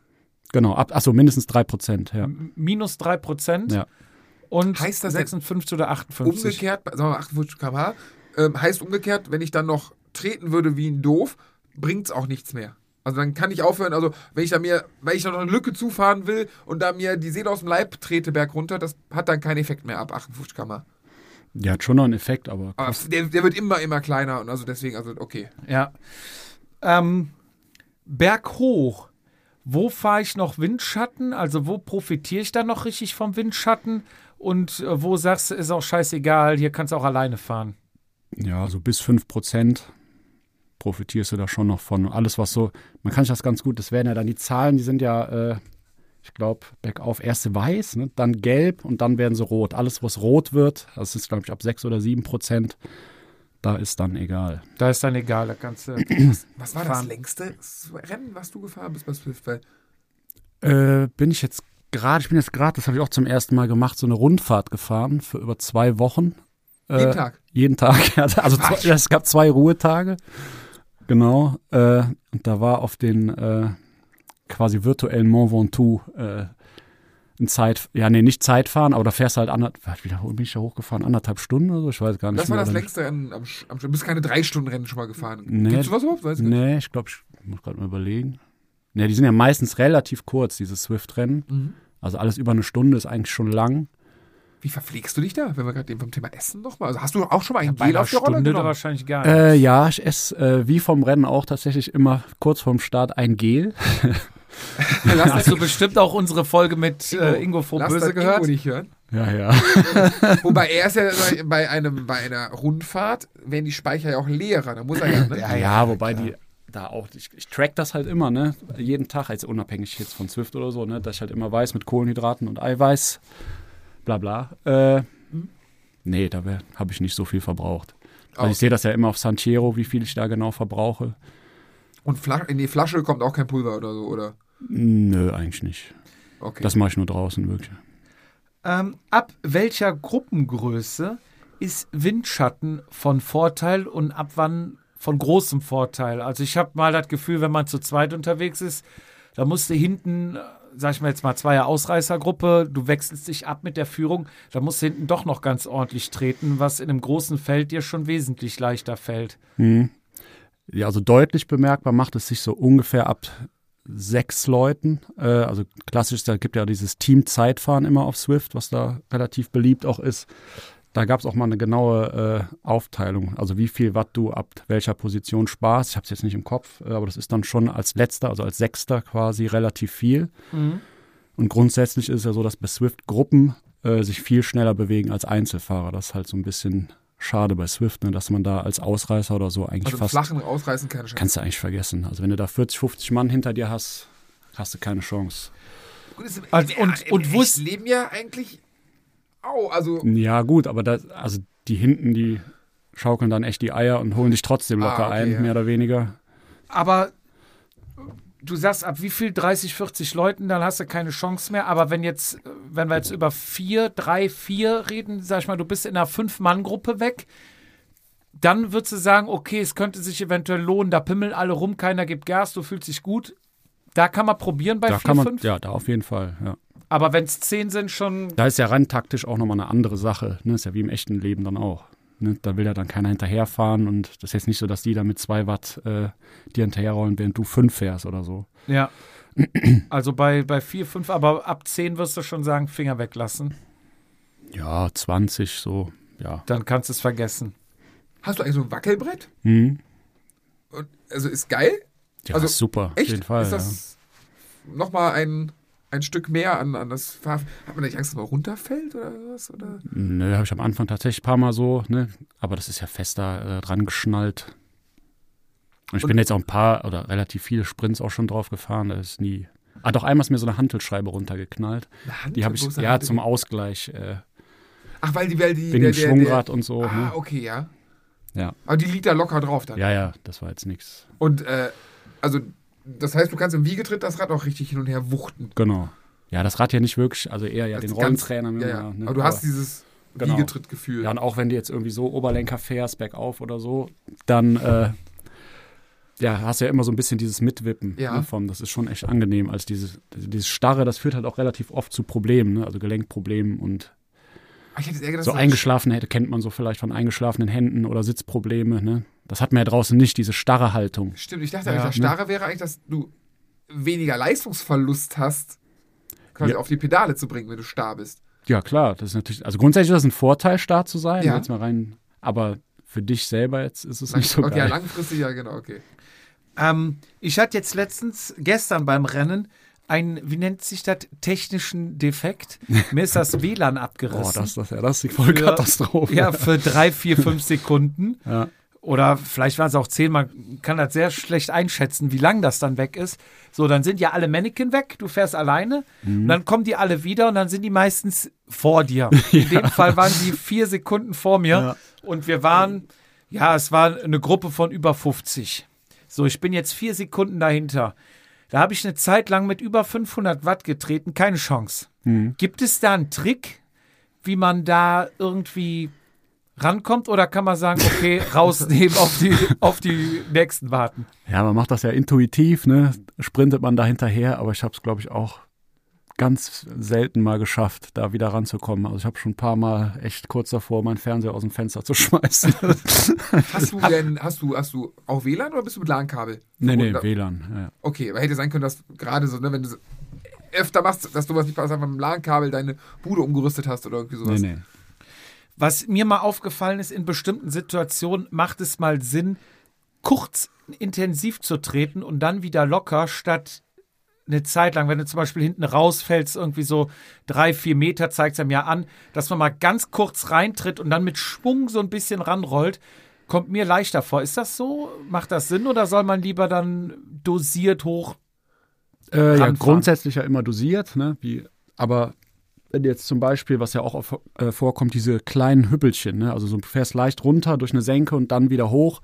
D: Genau, ab, achso, mindestens 3%, ja.
A: M- Minus 3%
D: Ja.
A: und
B: Heißt das denn
A: 56 oder 58.
B: Umgekehrt, bei- sagen wir mal 58 km/h, ähm, heißt umgekehrt, wenn ich dann noch treten würde wie ein Doof, bringt's auch nichts mehr. Also dann kann ich aufhören, also wenn ich da mir, wenn ich da noch eine Lücke zufahren will und da mir die Seele aus dem Leib trete berg runter, das hat dann keinen Effekt mehr ab 58 km/h.
D: Die hat schon noch einen Effekt, aber
B: Aber der, der wird immer, immer kleiner und also deswegen, also okay.
A: Ja. Ähm, berghoch. Wo fahre ich noch Windschatten? Also wo profitiere ich da noch richtig vom Windschatten? Und äh, wo sagst du, ist auch scheißegal, hier kannst du auch alleine fahren.
D: ja, so bis 5% profitierst du da schon noch von. Alles, was so, man kann sich das ganz gut, das werden ja dann die Zahlen, die sind ja, äh, ich glaube, bergauf erst weiß, ne, dann gelb und dann werden sie rot. Alles, was rot wird, das ist, glaube ich, ab 6 oder 7%, da ist dann egal.
A: Da ist dann egal, da kannst du.
B: Was war das
A: Fahren.
B: längste Rennen, was du gefahren bist bei Swift? Weil
D: Äh, bin ich jetzt gerade, ich bin jetzt gerade, das habe ich auch zum ersten Mal gemacht, so eine Rundfahrt gefahren für über zwei Wochen.
B: jeden
D: Äh,
B: Tag.
D: Jeden Tag, ja. Also zwei, es gab zwei Ruhetage. Genau. Äh, und da war auf den äh, quasi virtuellen Mont Ventoux äh, ein Zeit, ja, nee, nicht Zeitfahren, aber da fährst du halt anderthalb, wie da- bin ich da hochgefahren? Anderthalb Stunden oder so? Ich weiß gar nicht
B: Das war
D: mehr,
B: das
D: oder-
B: längste Rennen am, Sch- am Sch- Du bist keine drei Stunden Rennen schon mal gefahren.
D: Nee.
B: Gibt's sowas überhaupt? Weiß ich nicht.
D: Nee, ich glaube, ich muss gerade mal überlegen. Nee, die sind ja meistens relativ kurz, diese Swift-Rennen.
B: Mhm.
D: Also alles über eine Stunde ist eigentlich schon lang.
B: Wie verpflegst du dich da, wenn wir gerade eben vom Thema Essen nochmal? Also hast du auch schon mal einen
A: Bei
B: Gel
A: einer
B: auf die Rolle
A: Stunde da
B: genommen?
A: wahrscheinlich gar nicht.
D: Äh, ja, ich esse äh, wie vom Rennen auch tatsächlich immer kurz vorm Start ein Gel.
B: Lass
A: Hast du bestimmt auch unsere Folge mit äh, Ingo
B: Lass
A: Frohböse
B: das Ingo
A: gehört?
B: nicht hören.
D: Ja, ja.
B: Wobei er ist ja bei- bei, einem, bei einer Rundfahrt, werden die Speicher ja auch leerer. Da muss er ja, ne?
D: Ja, wobei die da auch, ich, ich track das halt immer, ne? Jeden Tag, also unabhängig jetzt von Zwift oder so, ne? Dass ich halt immer weiß mit Kohlenhydraten und Eiweiß, bla bla. Äh, nee, da habe ich nicht so viel verbraucht. Also
B: Auch.
D: ich sehe das ja immer auf Sanchero, wie viel ich da genau verbrauche.
B: Und Fla in die Flasche kommt auch kein Pulver oder so, oder?
D: Nö, eigentlich nicht.
B: Okay.
D: Das mache ich nur draußen, wirklich.
A: Ähm, ab welcher Gruppengröße ist Windschatten von Vorteil und ab wann von großem Vorteil? Also ich habe mal das Gefühl, wenn man zu zweit unterwegs ist, da musst du hinten, äh, sag ich mal jetzt mal zweier Ausreißergruppe, du wechselst dich ab mit der Führung, da musst du hinten doch noch ganz ordentlich treten, was in einem großen Feld dir schon wesentlich leichter fällt.
D: Ja, also deutlich bemerkbar macht es sich so ungefähr ab sechs Leuten. Äh, also klassisch, da gibt ja dieses Team-Zeitfahren immer auf Swift, was da relativ beliebt auch ist. Da gab es auch mal eine genaue äh, Aufteilung, also wie viel Watt du ab welcher Position sparst. Ich habe es jetzt nicht im Kopf, äh, aber das ist dann schon als letzter, also als sechster quasi relativ viel. Und grundsätzlich ist es ja so, dass bei Swift Gruppen äh, sich viel schneller bewegen als Einzelfahrer. Das ist halt so ein bisschen schade bei Swift, ne, dass man da als Ausreißer oder so eigentlich
B: also im
D: fast
B: flachen Ausreißen keine Chance.
D: kannst du eigentlich vergessen. Also wenn du da 40, 50 Mann hinter dir hast, hast du keine Chance.
B: Gut, ist,
A: Also und- und
B: im
A: wusst-
B: echten Leben ja eigentlich. Au, also.
D: Ja gut, aber das, also die hinten, die schaukeln dann echt die Eier und holen dich trotzdem locker
B: Ah, okay,
D: ein,
B: ja.
D: mehr oder weniger.
A: Aber äh, du sagst, ab wie viel 30, 40 Leuten, dann hast du keine Chance mehr. Aber wenn jetzt, äh, wenn wir jetzt über vier, drei, vier reden, sag ich mal, du bist in einer Fünf-Mann-Gruppe weg, dann würdest du sagen, okay, es könnte sich eventuell lohnen, da pimmeln alle rum, keiner gibt Gas, du fühlst dich gut. Da kann man probieren bei
D: Da
A: vier,
D: kann man,
A: fünf.
D: ja, da auf jeden Fall. Ja.
A: Aber wenn es zehn sind, schon.
D: Da ist ja rein taktisch auch nochmal eine andere Sache. Ne? Ist ja wie im echten Leben dann auch. Ne, da will ja dann keiner hinterherfahren und das ist jetzt nicht so, dass die da mit zwei Watt äh, dir hinterherrollen, während du fünf fährst oder so.
A: Ja. Also bei, bei 4, 5, aber ab 10 wirst du schon sagen, Finger weglassen.
D: Ja, 20 so, ja.
A: Dann kannst du es vergessen.
B: Hast du eigentlich so ein Wackelbrett?
D: Hm.
B: Und, also ist geil.
D: Ja,
B: Also,
D: ist super,
B: Echt?
D: auf jeden Fall.
B: ist
D: ja.
B: das nochmal ein, ein Stück mehr an, an das Fahr Hat man nicht Angst, dass man runterfällt oder was? Oder?
D: Nö, Ne, habe ich am Anfang tatsächlich ein paar Mal so, ne? Aber das ist ja fester äh, dran geschnallt. Und ich bin jetzt auch ein paar oder relativ viele Sprints auch schon drauf gefahren. Da ist nie. Ah, doch einmal ist mir so eine Hantelscheibe runtergeknallt.
B: Eine Hand,
D: Die habe
B: wo
D: ich
B: ist eine
D: ja
B: Hand?
D: zum Ausgleich äh,
B: Ach, weil die, weil die
D: wegen
B: der,
D: dem
B: der,
D: Schwungrad und so.
B: Der, ah,
D: ne?
B: okay, ja.
D: Ja.
B: Aber die liegt da locker drauf dann.
D: Ja, ja, das war jetzt nichts.
B: Und äh, also, das heißt, du kannst im Wiegetritt das Rad auch richtig hin und her wuchten.
D: Genau. Ja, das Rad ja nicht wirklich, also eher ja
B: Das
D: den
B: ist ganz-
D: Rollentrainer.
B: Ja,
D: immer,
B: ja.
D: ne?
B: Aber du hast dieses
D: Genau.
B: Wiegetrittgefühl.
D: Ja, und auch wenn du jetzt irgendwie so Oberlenker fährst, bergauf oder so, dann äh, ja, hast du ja immer so ein bisschen dieses Mitwippen.
B: Ja.
D: Ne, vom, das ist schon echt angenehm. Also dieses, dieses Starre, das führt halt auch relativ oft zu Problemen, ne? also Gelenkproblemen und
B: Ah, Ich hätte eher gedacht,
D: so
B: das-
D: eingeschlafene Hände kennt man so vielleicht von eingeschlafenen Händen oder Sitzprobleme. Ne? Das hat man ja draußen nicht, diese starre Haltung.
B: Stimmt, ich dachte
A: Ja,
B: eigentlich, das
D: ne?
B: Starre wäre eigentlich, dass du weniger Leistungsverlust hast, quasi
D: Ja.
B: auf die Pedale zu bringen, wenn du starr bist.
D: Ja, klar, das ist natürlich, also grundsätzlich ist das ein Vorteil, starr zu sein,
B: Ja.
D: jetzt mal rein, aber für dich selber jetzt ist es nicht so
B: okay, ja,
D: geil.
B: langfristig, ja, genau, okay.
A: Ähm, ich hatte jetzt letztens, gestern beim Rennen, einen, wie nennt sich das, technischen Defekt. Mir ist das WLAN abgerissen.
D: Boah, Oh, das, das, ja, das ist die Vollkatastrophe.
A: Ja, für drei, vier, fünf Sekunden.
D: Ja.
A: Oder vielleicht waren es auch zehn. Man kann das sehr schlecht einschätzen, wie lang das dann weg ist. So, dann sind ja alle Mannequin weg. Du fährst alleine.
D: Mhm.
A: Und dann kommen die alle wieder und dann sind die meistens vor dir. In dem Fall waren die vier Sekunden vor mir.
D: Ja.
A: Und wir waren, ja, es war eine Gruppe von über 50. So, ich bin jetzt vier Sekunden dahinter. Da habe ich eine Zeit lang mit über 500 Watt getreten. Keine Chance.
D: Mhm.
A: Gibt es da einen Trick? wie man da irgendwie rankommt oder kann man sagen, okay, rausnehmen, auf die, auf die nächsten warten?
D: Ja, man macht das ja intuitiv, ne? Sprintet man da hinterher, aber ich habe es, glaube ich, auch ganz selten mal geschafft, da wieder ranzukommen. Also ich habe schon ein paar Mal echt kurz davor, meinen Fernseher aus dem Fenster zu schmeißen.
B: Hast du denn, hast du, hast du auch WLAN oder bist du mit LAN-Kabel?
D: nee, nee,
B: Oder-
D: WLAN. Ja, ja.
B: Okay, aber hätte sein können, dass gerade so, ne, wenn du so öfter machst, dass du was nicht passt, einfach mit dem LAN-Kabel deine Bude umgerüstet hast oder irgendwie
D: Nee,
B: sowas.
D: nee.
A: Was mir mal aufgefallen ist, in bestimmten Situationen macht es mal Sinn, kurz intensiv zu treten und dann wieder locker, statt eine Zeit lang, wenn du zum Beispiel hinten rausfällst, irgendwie so drei, vier Meter, zeigt es einem ja an, dass man mal ganz kurz reintritt und dann mit Schwung so ein bisschen ranrollt, kommt mir leichter vor. Ist das so? Macht das Sinn oder soll man lieber dann dosiert hoch
D: Äh, ja,
A: ranfahren.
D: grundsätzlich ja immer dosiert, ne? Wie, aber wenn jetzt zum Beispiel, was ja auch auf, äh, vorkommt, diese kleinen Hüppelchen, ne? Also so, du fährst leicht runter durch eine Senke und dann wieder hoch,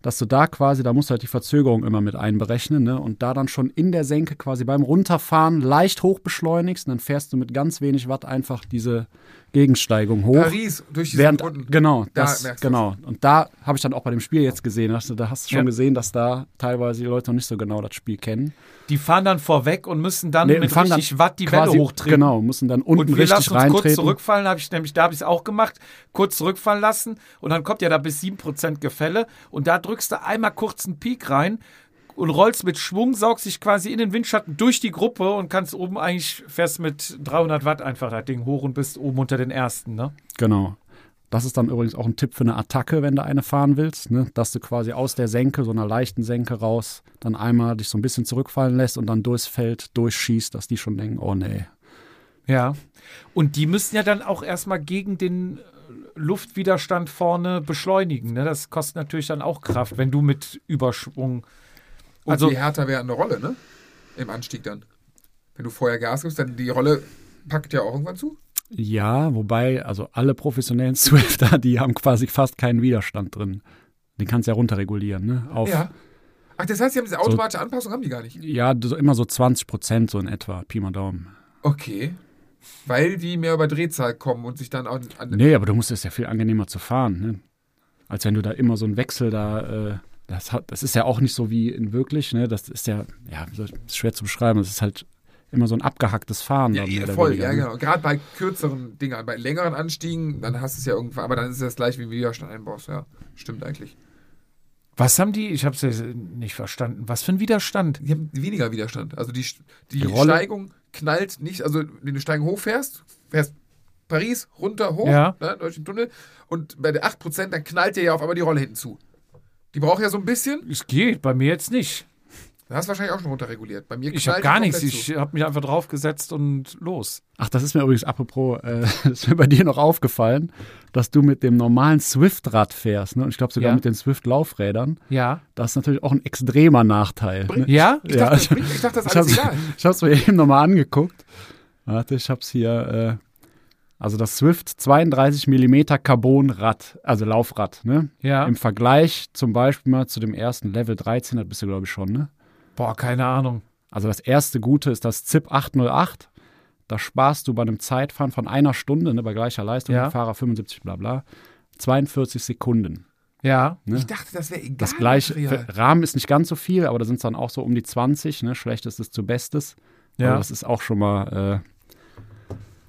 D: dass du da quasi, da musst du halt die Verzögerung immer mit einberechnen, ne? Und da dann schon in der Senke quasi beim Runterfahren leicht hoch beschleunigst und dann fährst du mit ganz wenig Watt einfach diese Gegensteigung hoch.
B: Paris, durch diese
D: Während,
B: Runden.
D: genau,
B: Da
D: das,
B: merkst du's.
D: genau. Und da habe ich dann auch bei dem Spiel jetzt gesehen, hast du, da hast du schon
A: Ja.
D: gesehen, dass da teilweise die Leute noch nicht so genau das Spiel kennen.
A: Die fahren dann vorweg und müssen dann
D: Nee,
A: mit
D: fangen dann
A: richtig Watt die
D: quasi-
A: Welle hochtreten.
D: Genau, müssen dann unten
A: Und wir
D: richtig
A: lassen uns
D: reintreten.
A: kurz zurückfallen, habe ich nämlich, da habe ich es auch gemacht, kurz zurückfallen lassen und dann kommt ja da bis 7% Gefälle und da drückst du einmal kurz einen Peak rein und rollst mit Schwung, saugst dich quasi in den Windschatten durch die Gruppe und kannst oben eigentlich, fährst mit 300 Watt einfach das Ding hoch und bist oben unter den Ersten, ne?
D: Genau. Das ist dann übrigens auch ein Tipp für eine Attacke, wenn du eine fahren willst, ne? dass du quasi aus der Senke, so einer leichten Senke raus, dann einmal dich so ein bisschen zurückfallen lässt und dann durchs Feld durchschießt, dass die schon denken, oh nee.
A: Ja. Und die müssen ja dann auch erstmal gegen den äh, Luftwiderstand vorne beschleunigen. Ne? Das kostet natürlich dann auch Kraft, wenn du mit Überschwung.
B: Und
A: Also-
B: je härter wäre eine Rolle, ne? Im Anstieg dann. Wenn du vorher Gas gibst, dann die Rolle packt ja auch irgendwann zu.
D: Ja, wobei, also alle professionellen Swifter, die haben quasi fast keinen Widerstand drin. Den kannst du ja runterregulieren, ne? Auf,
B: Ja. Ach, das heißt, sie haben diese automatische Anpassung, haben die gar nicht.
D: ja, so immer so 20 Prozent so in etwa, Pi mal Daumen.
B: Okay. Weil die mehr über Drehzahl kommen und sich dann auch an
D: Nee, aber du musst es ja viel angenehmer zu fahren, ne? Als wenn du da immer so einen Wechsel da, äh, das hat, das ist ja auch nicht so wie in wirklich, ne? Das ist ja, ja, wie soll ich- ist schwer zu beschreiben. Das ist halt immer so ein abgehacktes Fahren.
B: Ja,
D: dann
B: ja,
D: mehr oder
B: voll,
D: weniger,
B: ja,
D: ne?
B: genau. Gerade bei kürzeren Dingern, bei längeren Anstiegen, dann hast du es ja irgendwann, aber dann ist es das gleich wie Widerstand einbaust, ja. Stimmt eigentlich.
A: Was haben die? Ich habe es nicht verstanden. Was für ein Widerstand?
B: Die haben weniger Widerstand. Also die, die,
A: Rolle-
B: Steigung knallt nicht, also wenn du Steigung hochfährst, fährst Paris runter, hoch,
A: Ja.
B: ne, durch den Tunnel, und bei der 8%, dann knallt dir ja auf einmal die Rolle hinten zu. Die braucht ja so ein bisschen.
A: Es geht, bei mir jetzt nicht.
B: Du hast wahrscheinlich auch schon runterreguliert. Bei mir knallt
A: Ich habe gar
B: die
A: nichts.
B: komplett zu.
A: Ich habe mich einfach draufgesetzt und los.
D: Ach, das ist mir übrigens apropos, äh, das ist mir bei dir noch aufgefallen, dass du mit dem normalen Swift-Rad fährst, ne? Und ich glaube sogar
A: Ja.
D: mit den Swift-Laufrädern.
A: Ja.
D: Das ist natürlich auch ein extremer Nachteil. Ne?
A: Ja?
B: Ich dachte, das bringt- ich dachte, das ist alles
D: ich
B: egal.
D: habe es mir eben nochmal angeguckt. Warte, ich habe es hier. Äh, also das Swift 32 mm Carbon-Rad, also Laufrad. Ne?
A: Ja.
D: Im Vergleich zum Beispiel mal zu dem ersten Level 13, da bist du glaube ich schon. Ne?
A: Boah, keine Ahnung.
D: Also das erste Gute ist das ZIP 808. Da sparst du bei einem Zeitfahren von einer Stunde, ne, bei gleicher Leistung,
A: Ja.
D: der Fahrer 75, bla bla, 42 Sekunden.
A: Ja.
B: Ich dachte, das wäre egal.
D: Das gleiche,
B: Material.
D: Rahmen ist nicht ganz so viel, aber da sind es dann auch so um die 20, ne, schlechtestes zu bestes.
A: Ja.
D: Aber das ist auch schon mal äh,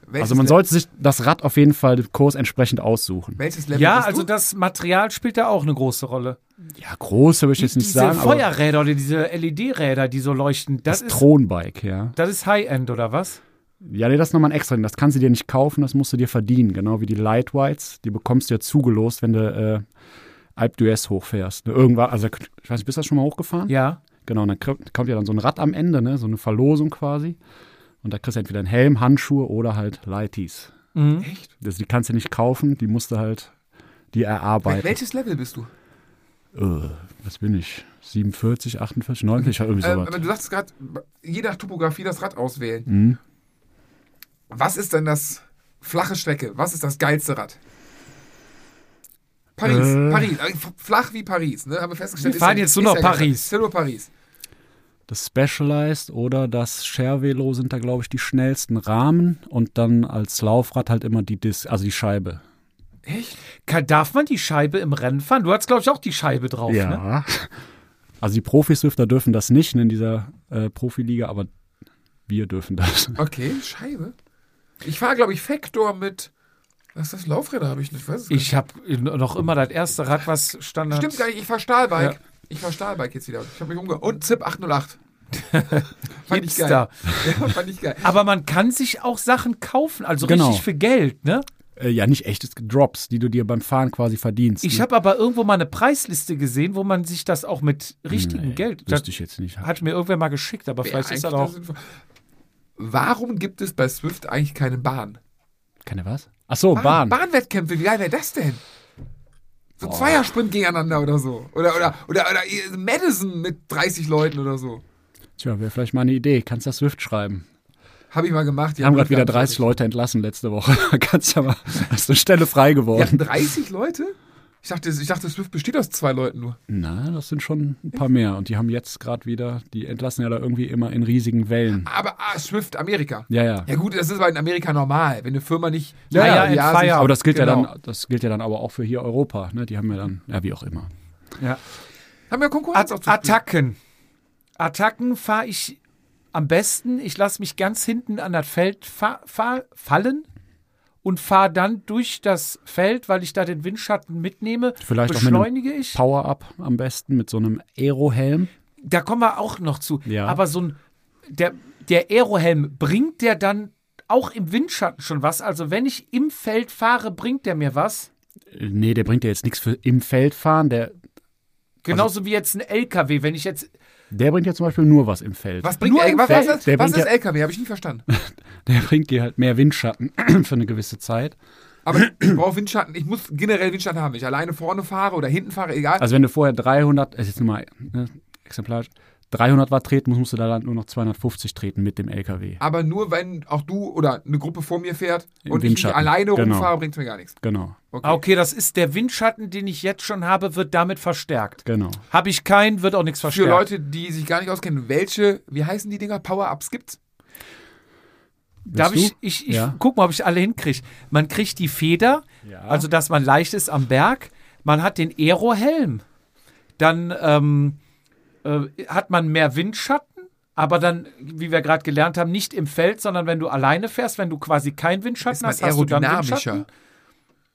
B: Welches
D: Also man
B: Le-
D: sollte sich das Rad auf jeden Fall dem Kurs entsprechend aussuchen.
B: Welches Level
A: Ja,
B: bist
A: also
B: du?
A: das Material spielt da auch eine große Rolle.
D: Ja, große würde ich jetzt nicht
A: diese
D: sagen, aber
A: Feuerräder oder diese LED-Räder, die so leuchten, das, ist,
D: Thronbike, ja.
A: das ist High-End, oder was?
D: Ja, nee, das ist nochmal ein extra. Ding. Das kannst du dir nicht kaufen, das musst du dir verdienen. Genau wie die Light Whites, die bekommst du ja zugelost, wenn du äh, Alp d'Huez hochfährst. Ne, Irgendwann, also ich weiß nicht, bist du das schon mal hochgefahren?
A: Ja.
D: Genau, und dann kr- kommt ja dann so ein Rad am Ende, ne? so eine Verlosung quasi. Und da kriegst du entweder einen Helm, Handschuhe oder halt Lighties.
B: Echt?
D: Also die kannst du nicht kaufen, die musst du halt die
B: Wel-
D: erarbeiten.
B: Welches Level bist du?
D: äh, was bin ich? 47, 48, 49, irgendwie
B: Ähm,
D: sowas.
B: aber du sagst gerade, je nach Topografie das Rad auswählen.
A: Mhm.
B: Was ist denn das flache Strecke? Was ist das geilste Rad? Paris,
D: Äh.
B: Paris, äh, f- flach wie Paris, ne? Haben wir festgestellt.
A: Wir
B: ist
A: fahren
B: ja-
A: jetzt nur
B: ist
A: noch
B: ja gar-
A: Paris.
B: Ist ja nur Paris.
D: Das Specialized oder das Share Velo sind da, glaube ich, die schnellsten Rahmen und dann als Laufrad halt immer die Dis also die Scheibe.
B: Echt?
A: Kann, darf man die Scheibe im Rennen fahren? Du hattest, glaube ich, auch die Scheibe drauf, ne?
D: Also die Profi-Swifter dürfen das nicht ne, in dieser äh, Profiliga, aber wir dürfen das.
B: Okay, Scheibe. Ich fahre, glaube ich, Factor mit. Was ist das? Laufräder habe ich nicht. Weiß es gar nicht.
A: Ich habe noch immer das erste Rad, was Standard...
B: Stimmt gar nicht, ich fahre Stahlbike. Ich fahre Stahlbike jetzt wieder. Ich habe mich umge... Und ZIP 808. fand ich geil. Ja,
A: Hipster.
B: fand ich geil.
A: Aber man kann sich auch Sachen kaufen, also
D: Genau.
A: richtig für Geld, ne?
D: Äh, ja, nicht echtes Drops, die du dir beim Fahren quasi verdienst.
A: Ich
D: ne?
A: habe aber irgendwo mal eine Preisliste gesehen, wo man sich das auch mit richtigem Geld... Das
D: Wüsste ich jetzt nicht.
A: hat mir irgendwer mal geschickt, aber vielleicht ist
B: Ja,
A: das
B: eigentlich
A: auch...
B: das sinnvoll. Warum gibt es bei Swift eigentlich keine Bahn?
D: Keine was? Ach so, Oh, Bahn.
B: Bahnwettkämpfe, wie geil wäre das denn? So ein Zweiersprint gegeneinander oder so. Oder, oder, oder, oder Madison mit 30 Leuten oder so.
D: Tja, wäre vielleicht mal eine Idee. Kannst du das Swift schreiben?
B: Habe ich mal gemacht.
D: Wir haben gerade wieder 30 Leute entlassen letzte Woche. Kannst ja mal, hast du Stelle frei
B: Die
D: geworden.
B: hatten 30 Leute? Ich dachte, ich dachte, Swift besteht aus zwei Leuten nur.
D: Na, das sind schon ein paar mehr. Und die haben jetzt gerade wieder, die entlassen ja da irgendwie immer in riesigen Wellen.
B: Aber ah, Swift, Amerika.
D: Ja, ja.
B: Ja genau. gut, das ist aber in Amerika normal, wenn eine Firma nicht...
A: Ja, ja,
B: Jahr
A: in
B: im Jahr
A: Feier.
B: sich-
D: Aber das gilt
B: Genau.
D: ja dann, das gilt ja dann aber auch für hier Europa. Ne? Die haben ja dann, ja, wie auch immer.
A: Ja.
B: Haben wir Konkurrenz
A: At
B: aufzuspielen.
A: Attacken. Attacken fahre ich am besten. Ich lasse mich ganz hinten an das Feld fa fa fallen und fahre dann durch das Feld, weil ich da den Windschatten mitnehme.
D: Vielleicht auch mit einem
A: beschleunige ich.
D: Power-Up am besten mit so einem Aero-Helm.
A: Da kommen wir auch noch zu.
D: Ja.
A: Aber so ein der der Aerohelm bringt der dann auch im Windschatten schon was. Also wenn ich im Feld fahre, bringt der mir was.
D: Äh, Nee, der bringt ja jetzt nichts für im Feld fahren. Der,
A: Genauso
D: Also
A: wie jetzt ein LKW. Wenn ich jetzt
D: der bringt ja zum Beispiel nur was im Feld.
B: Was bringt
A: Nur
B: L
A: im
B: was,
A: Feld.
B: was,
D: Der
B: was
D: bringt
B: ist
D: ja-
B: LKW? Habe ich nicht verstanden.
D: Der bringt dir halt mehr Windschatten für eine gewisse Zeit.
B: Aber ich brauche Windschatten. Ich muss generell Windschatten haben. Wenn Ich alleine vorne fahre oder hinten fahre, egal.
D: Also wenn du vorher 300, ist jetzt nur mal ne, exemplarisch, 300 Watt treten musst, musst du da dann nur noch 250 treten mit dem LKW.
B: aber nur wenn auch du oder eine Gruppe vor mir fährt
D: Im
B: und ich nicht
D: Windschatten.
B: alleine
D: Genau.
B: rumfahre, bringt mir gar nichts.
D: Genau,
B: Okay.
A: Ah, Okay, das ist der Windschatten, den ich jetzt schon habe, wird damit verstärkt.
D: genau.
A: Habe ich keinen, wird auch nichts
B: Für
A: verstärkt.
B: Leute, die sich gar nicht auskennen, welche, wie heißen die Dinger? Power-Ups gibt's?
A: Darf
D: Willst
A: ich,
D: du?
A: ich, ich
D: Ja.
A: guck mal, ob ich alle hinkriege. Man kriegt die Feder,
D: Ja.
A: also dass man leicht ist am Berg. Man hat den Aerohelm. Dann ähm, äh, hat man mehr Windschatten aber dann, wie wir gerade gelernt haben, nicht im Feld, sondern wenn du alleine fährst, wenn du quasi keinen Windschatten
B: man
A: hast, hast du dann
B: aerodynamischer.
A: Windschatten,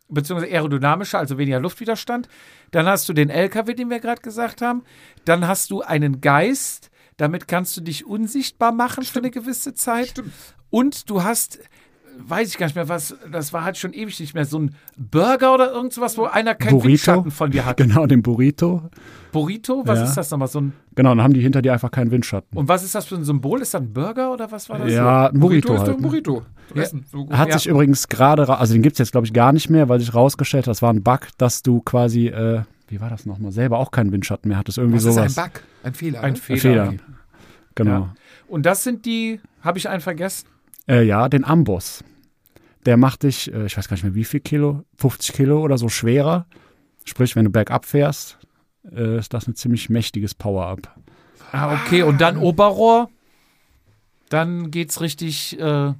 A: beziehungsweise aerodynamischer, also weniger Luftwiderstand. Dann hast du den LKW, den wir gerade gesagt haben. Dann hast du einen Geist. Damit kannst du dich unsichtbar machen für eine gewisse Zeit. Und du hast, weiß ich gar nicht mehr was, das war halt schon ewig nicht mehr, so ein Burger oder irgend sowas, wo einer keinen
D: Burrito.
A: Windschatten von dir hat.
D: Genau, den Burrito.
A: Burrito, was
D: Ja.
A: ist das nochmal? So ein,
D: Genau, dann haben die hinter dir einfach keinen
B: Oh,
D: Windschatten.
A: und was ist das für ein Symbol? Ist das ein Burger oder was war das?
D: Ja, ein Burrito,
B: ist doch ein
D: halt. ne?
B: Burrito. Zu essen. So gut.
D: Hat
A: Ja.
D: sich übrigens gerade, ra- also den gibt es jetzt glaube ich gar nicht mehr, weil sich rausgestellt hat, das war ein Bug, dass du quasi, äh, wie war das nochmal, selber auch keinen Windschatten mehr hattest, irgendwie
B: das
D: sowas.
B: ist ein Bug, ein Fehler.
A: Ein
B: ne?
A: Fehler.
D: Fehler. Genau.
A: Und das sind die, habe ich einen vergessen?
D: Ja. Äh, ja, den Amboss. Der macht dich, äh, ich weiß gar nicht mehr wie viel Kilo, 50 Kilo oder so schwerer. Sprich, wenn du bergab fährst, äh, ist das ein ziemlich mächtiges Power-Up.
A: Ah, okay. Und dann Oberrohr. Dann geht's richtig äh,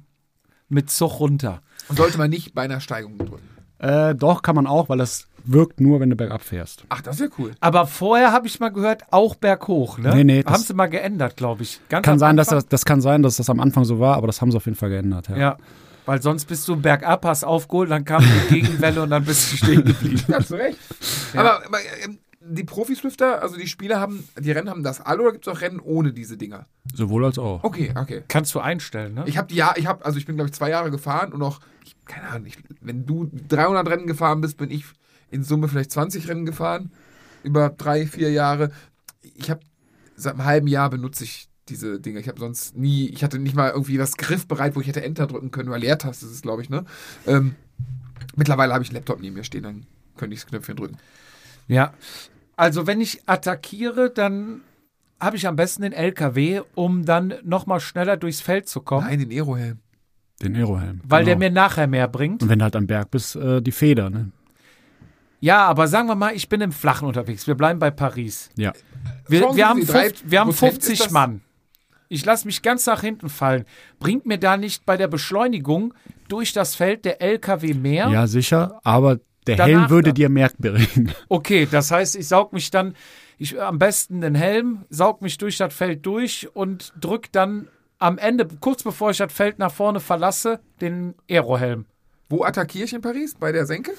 A: mit Zug runter.
B: Und sollte man nicht bei einer Steigung drücken.
D: Äh, doch, kann man auch, weil das wirkt nur, wenn du bergab fährst.
B: Ach, das ist ja cool.
A: Aber vorher habe ich mal gehört, auch berghoch, ne?
D: Nee, nee, das-
A: Haben sie mal geändert, glaube ich. Ganz
D: Kann
A: am
D: sein, dass
A: Anfang-
D: das, das kann sein, dass das am Anfang so war, aber das haben sie auf jeden Fall geändert. Ja.
A: Ja. Weil sonst bist du bergab, hast aufgeholt, dann kam die Gegenwelle und dann bist du stehen geblieben.
B: Ja, zu Recht. Aber, aber ähm, die Profis-Lüfter, also die Spieler haben, die Rennen haben das alle oder gibt es auch Rennen ohne diese Dinger?
D: Sowohl als auch.
A: Oh.
B: Okay, okay.
A: Kannst du einstellen, ne?
B: Ich habe die ja, ich habe, also ich bin glaube ich zwei Jahre gefahren und noch, ich, keine Ahnung, ich, wenn du 300 Rennen gefahren bist, bin ich in Summe vielleicht 20 Rennen gefahren über drei, vier Jahre. Ich habe seit einem halben Jahr benutze ich diese Dinge. Ich habe sonst nie, ich hatte nicht mal irgendwie was griffbereit, wo ich hätte Enter drücken können, weil Leertaste ist es, glaube ich, ne? Ähm, mittlerweile habe ich einen Laptop neben mir stehen, dann könnte ich das Knöpfchen drücken.
A: Ja. Also wenn ich attackiere, dann habe ich am besten den LKW, um dann nochmal schneller durchs Feld zu kommen,
B: Nein, den Aerohelm.
D: Den Aerohelm.
A: weil der
D: genau.
A: mir nachher mehr bringt.
D: Und wenn du halt am Berg bist, äh, die Feder, ne?
A: Ja, aber sagen wir mal, ich bin im Flachen unterwegs. Wir bleiben bei Paris.
D: Ja.
A: Wir,
B: Schauen
A: wir,
B: Sie,
A: haben,
B: die drei
A: 50, wir haben
B: Prozent ist
A: 50
B: das-
A: Mann. Ich lasse mich ganz nach hinten fallen. Bringt mir da nicht bei der Beschleunigung durch das Feld der LKW mehr?
D: Ja, sicher, aber der
A: Danach
D: Helm würde
A: dann.
D: dir Merk bringen.
A: Okay, das heißt, ich saug mich dann, ich am besten den Helm, saug mich durch das Feld durch und drück dann am Ende, kurz bevor ich das Feld nach vorne verlasse, den Aerohelm.
B: Wo attackiere ich in Paris? Bei der Senke?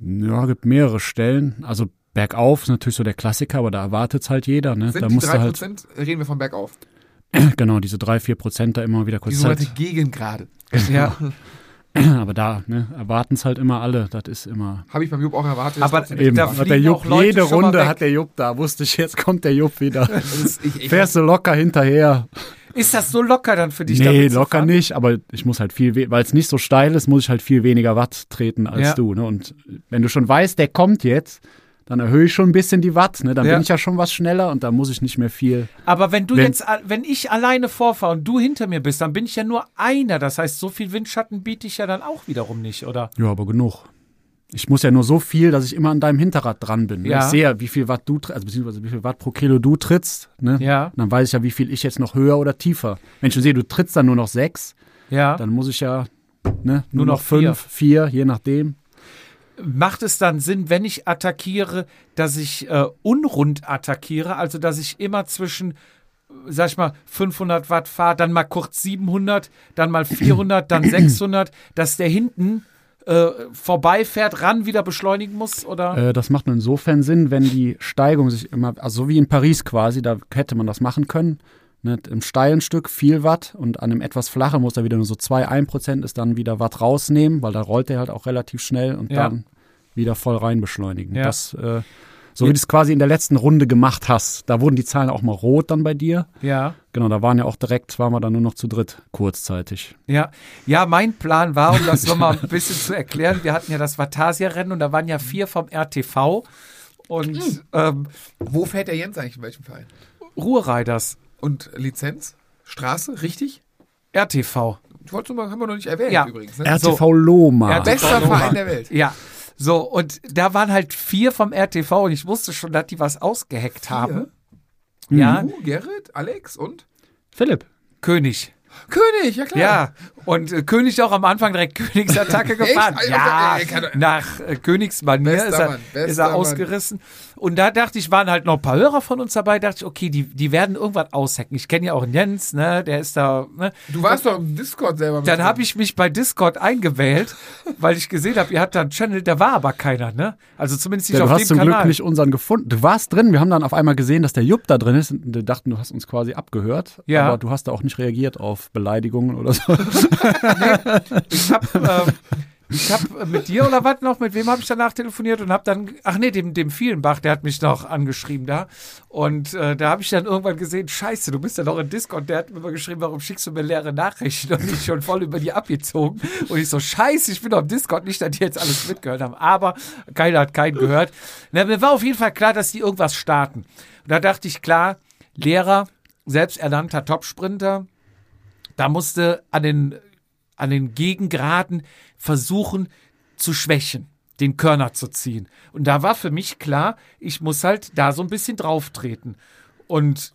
D: Ja, gibt mehrere Stellen. Also bergauf ist natürlich so der Klassiker, aber da erwartet es halt jeder, ne?
B: Sind
D: da
B: die
D: musst du
B: 3%?
D: halt,
B: Reden wir von bergauf.
D: genau, diese drei, vier Prozent da immer wieder
B: Die
D: kurz
B: sogenannte
D: Zeit.
B: Gegengrade.
A: Ja,
D: Aber da, ne, erwarten es halt immer alle. Das ist immer.
B: Habe ich beim Job auch erwartet.
A: Aber-
B: Trotzdem-
A: Eben. Da
D: Hat der
A: fliegen
D: Jupp,
A: auch Leute
D: jede
A: schon mal
D: Runde
A: weg.
D: hat der Jupp da. Wusste ich, jetzt kommt der Jupp wieder.
B: Das ist- ich, ich,
D: Fährst du locker hinterher.
A: ist das so locker dann für dich?
D: nee,
A: damit zu
D: locker
A: fahren?
D: nicht, aber ich muss halt viel, we- weil es nicht so steil ist, muss ich halt viel weniger Watt treten als
A: Ja.
D: du. Ne? Und wenn du schon weißt, der kommt jetzt, dann erhöhe ich schon ein bisschen die Watt. Ne? Dann
A: Ja.
D: bin ich ja schon was schneller und da muss ich nicht mehr viel.
A: Aber wenn du
D: Wenn-
A: jetzt, a- wenn ich alleine vorfahre und du hinter mir bist, dann bin ich ja nur einer. Das heißt, so viel Windschatten biete ich ja dann auch wiederum nicht, oder?
D: Ja, aber genug. Ich muss ja nur so viel, dass ich immer an deinem Hinterrad dran bin. ne?
A: Ja.
D: Ich sehe ja, wie viel Watt du, tr- also beziehungsweise wie viel Watt pro Kilo du trittst. Ne?
A: Ja.
D: Und dann weiß ich ja, wie viel ich jetzt noch höher oder tiefer. Wenn ich schon sehe, du trittst dann nur noch sechs,
A: Ja.
D: dann muss ich ja ne, nur,
A: Nur noch
D: noch fünf, vier, je nachdem.
A: Macht es dann Sinn, wenn ich attackiere, dass ich äh, unrund attackiere, also dass ich immer zwischen, äh, sag ich mal, 500 Watt fahre, dann mal kurz 700, dann mal 400, dann 600, dass der hinten äh, vorbeifährt, ran wieder beschleunigen muss, oder?
D: Äh, das macht nur insofern Sinn, wenn die Steigung sich immer, also so wie in Paris quasi, da hätte man das machen können. Ne, Im steilen Stück viel Watt und an einem etwas flachen muss da wieder nur so 2, 1 Prozent ist dann wieder Watt rausnehmen, weil da rollt der halt auch relativ schnell und
A: Ja.
D: dann wieder voll rein beschleunigen.
A: Ja.
D: Das, äh, so wie du es quasi in der letzten Runde gemacht hast, da wurden die Zahlen auch mal rot dann bei dir.
A: ja.
D: Genau, da waren ja auch direkt, waren wir dann nur noch zu dritt kurzzeitig.
A: Ja, ja, mein Plan war, um das nochmal ein bisschen zu erklären, wir hatten ja das Vatasia-Rennen und da waren ja vier vom RTV und ähm,
B: wo fährt der Jens eigentlich in welchem Verein?
A: Ruhrriders,
B: Und Lizenz? Straße? Richtig?
A: RTV.
B: Wolltest du mal, haben wir noch nicht erwähnt
A: Ja.
B: übrigens. Ne?
D: RTV Loma.
A: Ja, das-
B: Bester
A: Nummer.
B: Verein der Welt.
A: Ja, so und da waren halt vier vom RTV und ich wusste schon, dass die was ausgeheckt haben. Ja,
B: Mhm. Du, Gerrit, Alex und
D: Philipp.
A: König.
B: König, ja klar.
A: Ja, Und äh, König auch am Anfang direkt Königsattacke gefahren.
B: Alter,
A: ja,
B: ey, kann-
A: nach äh, Königsmanier
B: Bester
A: ist er,
B: Mann, bester
A: ist er
B: Mann.
A: ausgerissen. Und da dachte ich, waren halt noch ein paar Hörer von uns dabei. Dachte ich, okay, die, die werden irgendwas aushacken. Ich kenne ja auch Jens, ne? Der ist da. Ne?
B: Du warst doch im Discord selber mit
A: Dann
B: drin.
A: habe ich mich bei Discord eingewählt, weil ich gesehen habe, ihr habt da einen Channel, da war aber keiner, ne? Also zumindest nicht
D: Ja, du
A: auf
D: hast
A: dem
D: zum
A: Kanal.
D: Glück nicht unseren gefunden. Du warst drin. Wir haben dann auf einmal gesehen, dass der Jupp da drin ist. Und wir dachten, du hast uns quasi abgehört.
A: Ja.
D: Aber du hast da auch nicht reagiert auf Beleidigungen oder so.
A: Ich habe ähm, ich hab mit dir oder was noch, mit wem habe ich danach telefoniert und habe dann, ach nee, dem, dem Vielenbach, der hat mich noch angeschrieben da. Und äh, da habe ich dann irgendwann gesehen, scheiße, du bist ja noch in Discord. Der hat mir immer geschrieben, warum schickst du mir leere Nachrichten und ich schon voll über die abgezogen. Und ich so, scheiße, ich bin doch im Discord, nicht, dass die jetzt alles mitgehört haben. Aber keiner hat keinen gehört. Na, mir war auf jeden Fall klar, dass die irgendwas starten. Und da dachte ich, klar, Lehrer, selbsternannter Topsprinter, da musste an den an den Gegengraden versuchen zu schwächen, den Körner zu ziehen. Und da war für mich klar, ich muss halt da so ein bisschen drauf treten. Und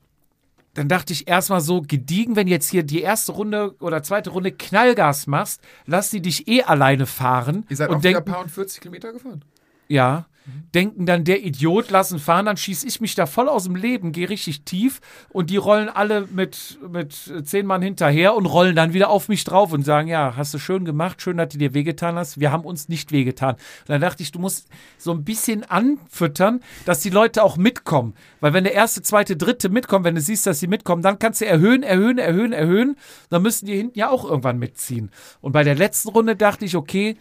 A: dann dachte ich erstmal so, gediegen, wenn jetzt hier die erste Runde oder zweite Runde Knallgas machst, lass die dich eh alleine fahren
B: Ihr seid auch
A: und
B: wieder ein
A: denken,
B: paar und 40 Kilometer gefahren.
A: ja, denken dann, der Idiot, lassen fahren, dann schieß ich mich da voll aus dem Leben, gehe richtig tief und die rollen alle mit, mit zehn Mann hinterher und rollen dann wieder auf mich drauf und sagen, ja, hast du schön gemacht, schön, dass du dir wehgetan hast, wir haben uns nicht wehgetan. Und dann dachte ich, du musst so ein bisschen anfüttern, dass die Leute auch mitkommen, weil wenn der erste, zweite, dritte mitkommen, wenn du siehst, dass sie mitkommen, dann kannst du erhöhen, erhöhen, erhöhen, erhöhen, dann müssen die hinten ja auch irgendwann mitziehen. Und bei der letzten Runde dachte ich, okay,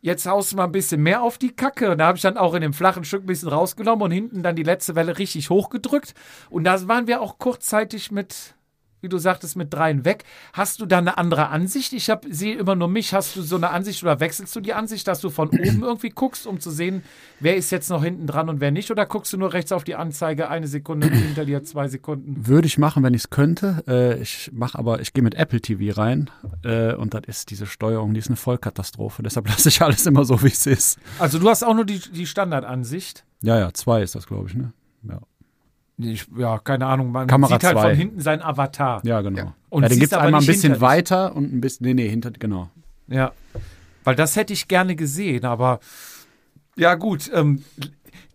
A: jetzt haust du mal ein bisschen mehr auf die Kacke. Und da habe ich dann auch in dem flachen Stück ein bisschen rausgenommen und hinten dann die letzte Welle richtig hochgedrückt. Und da waren wir auch kurzzeitig mit, wie du sagtest, mit dreien weg. Hast du da eine andere Ansicht? Ich hab, sehe immer nur mich. Hast du so eine Ansicht oder wechselst du die Ansicht, dass du von oben irgendwie guckst, um zu sehen, wer ist jetzt noch hinten dran und wer nicht? Oder guckst du nur rechts auf die Anzeige, eine Sekunde hinter dir, zwei Sekunden?
D: Würde ich machen, wenn ich es könnte. Äh, ich mache aber, ich gehe mit Apple TV rein äh, und das ist diese Steuerung, die ist eine Vollkatastrophe. Deshalb lasse ich alles immer so, wie es ist.
A: Also du hast auch nur die, die Standardansicht.
D: Ja, ja, zwei ist das, glaube ich, ne? Ja,
A: Ich, ja, keine Ahnung. Man
D: Kamera
A: sieht halt
D: zwei.
A: von hinten seinen Avatar.
D: ja genau.
B: Ja.
D: Ja.
A: Und
D: den
A: siehst
D: gibt es
A: aber
D: einmal ein
A: nicht hinter
D: bisschen
A: dich.
D: weiter und ein bisschen, nee, nee, hinter, genau.
A: Ja, weil das hätte ich gerne gesehen, aber ja gut, ähm,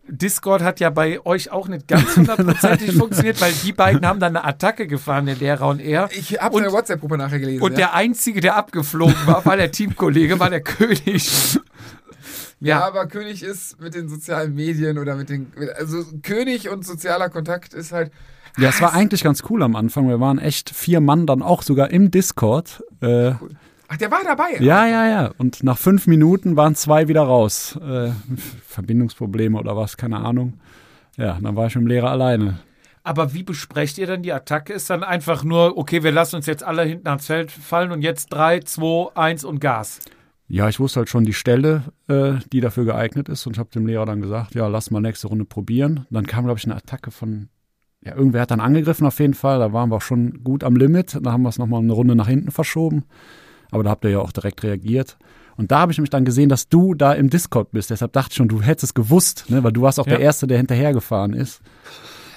A: Discord hat ja bei euch auch nicht ganz hundertprozentig funktioniert, weil die beiden haben dann eine Attacke gefahren, der Lehrer und er.
B: Ich habe
A: Und-
B: eine WhatsApp-Gruppe nachher gelesen.
A: Und
B: ja.
A: der Einzige, der abgeflogen war, war der Teamkollege, war der König.
B: Ja.
A: Ja,
B: aber König ist mit den sozialen Medien oder mit den. Also König und sozialer Kontakt ist halt.
D: Ja, es war eigentlich ganz cool am Anfang. Wir waren echt vier Mann dann auch sogar im Discord. Äh,
B: Ach, der war dabei.
D: Ja, ja, ja. Und nach fünf Minuten waren zwei wieder raus. Äh, Verbindungsprobleme oder was, keine Ahnung. Ja, dann war ich mit dem Lehrer alleine.
A: aber wie besprecht ihr dann die Attacke? Ist dann einfach nur, okay, wir lassen uns jetzt alle hinten ans Feld fallen und jetzt drei, zwei, eins und Gas.
D: Ja, ich wusste halt schon die Stelle, äh, die dafür geeignet ist und habe dem Lehrer dann gesagt, ja, lass mal nächste Runde probieren. Dann kam, glaube ich, eine Attacke von, ja, irgendwer hat dann angegriffen auf jeden Fall. Da waren wir auch schon gut am Limit. Da haben wir es nochmal eine Runde nach hinten verschoben. Aber da habt ihr ja auch direkt reagiert. Und da habe ich mich dann gesehen, dass du da im Discord bist. Deshalb dachte ich schon, du hättest es gewusst, ne? weil du warst auch
A: Ja.
D: der Erste, der hinterhergefahren ist.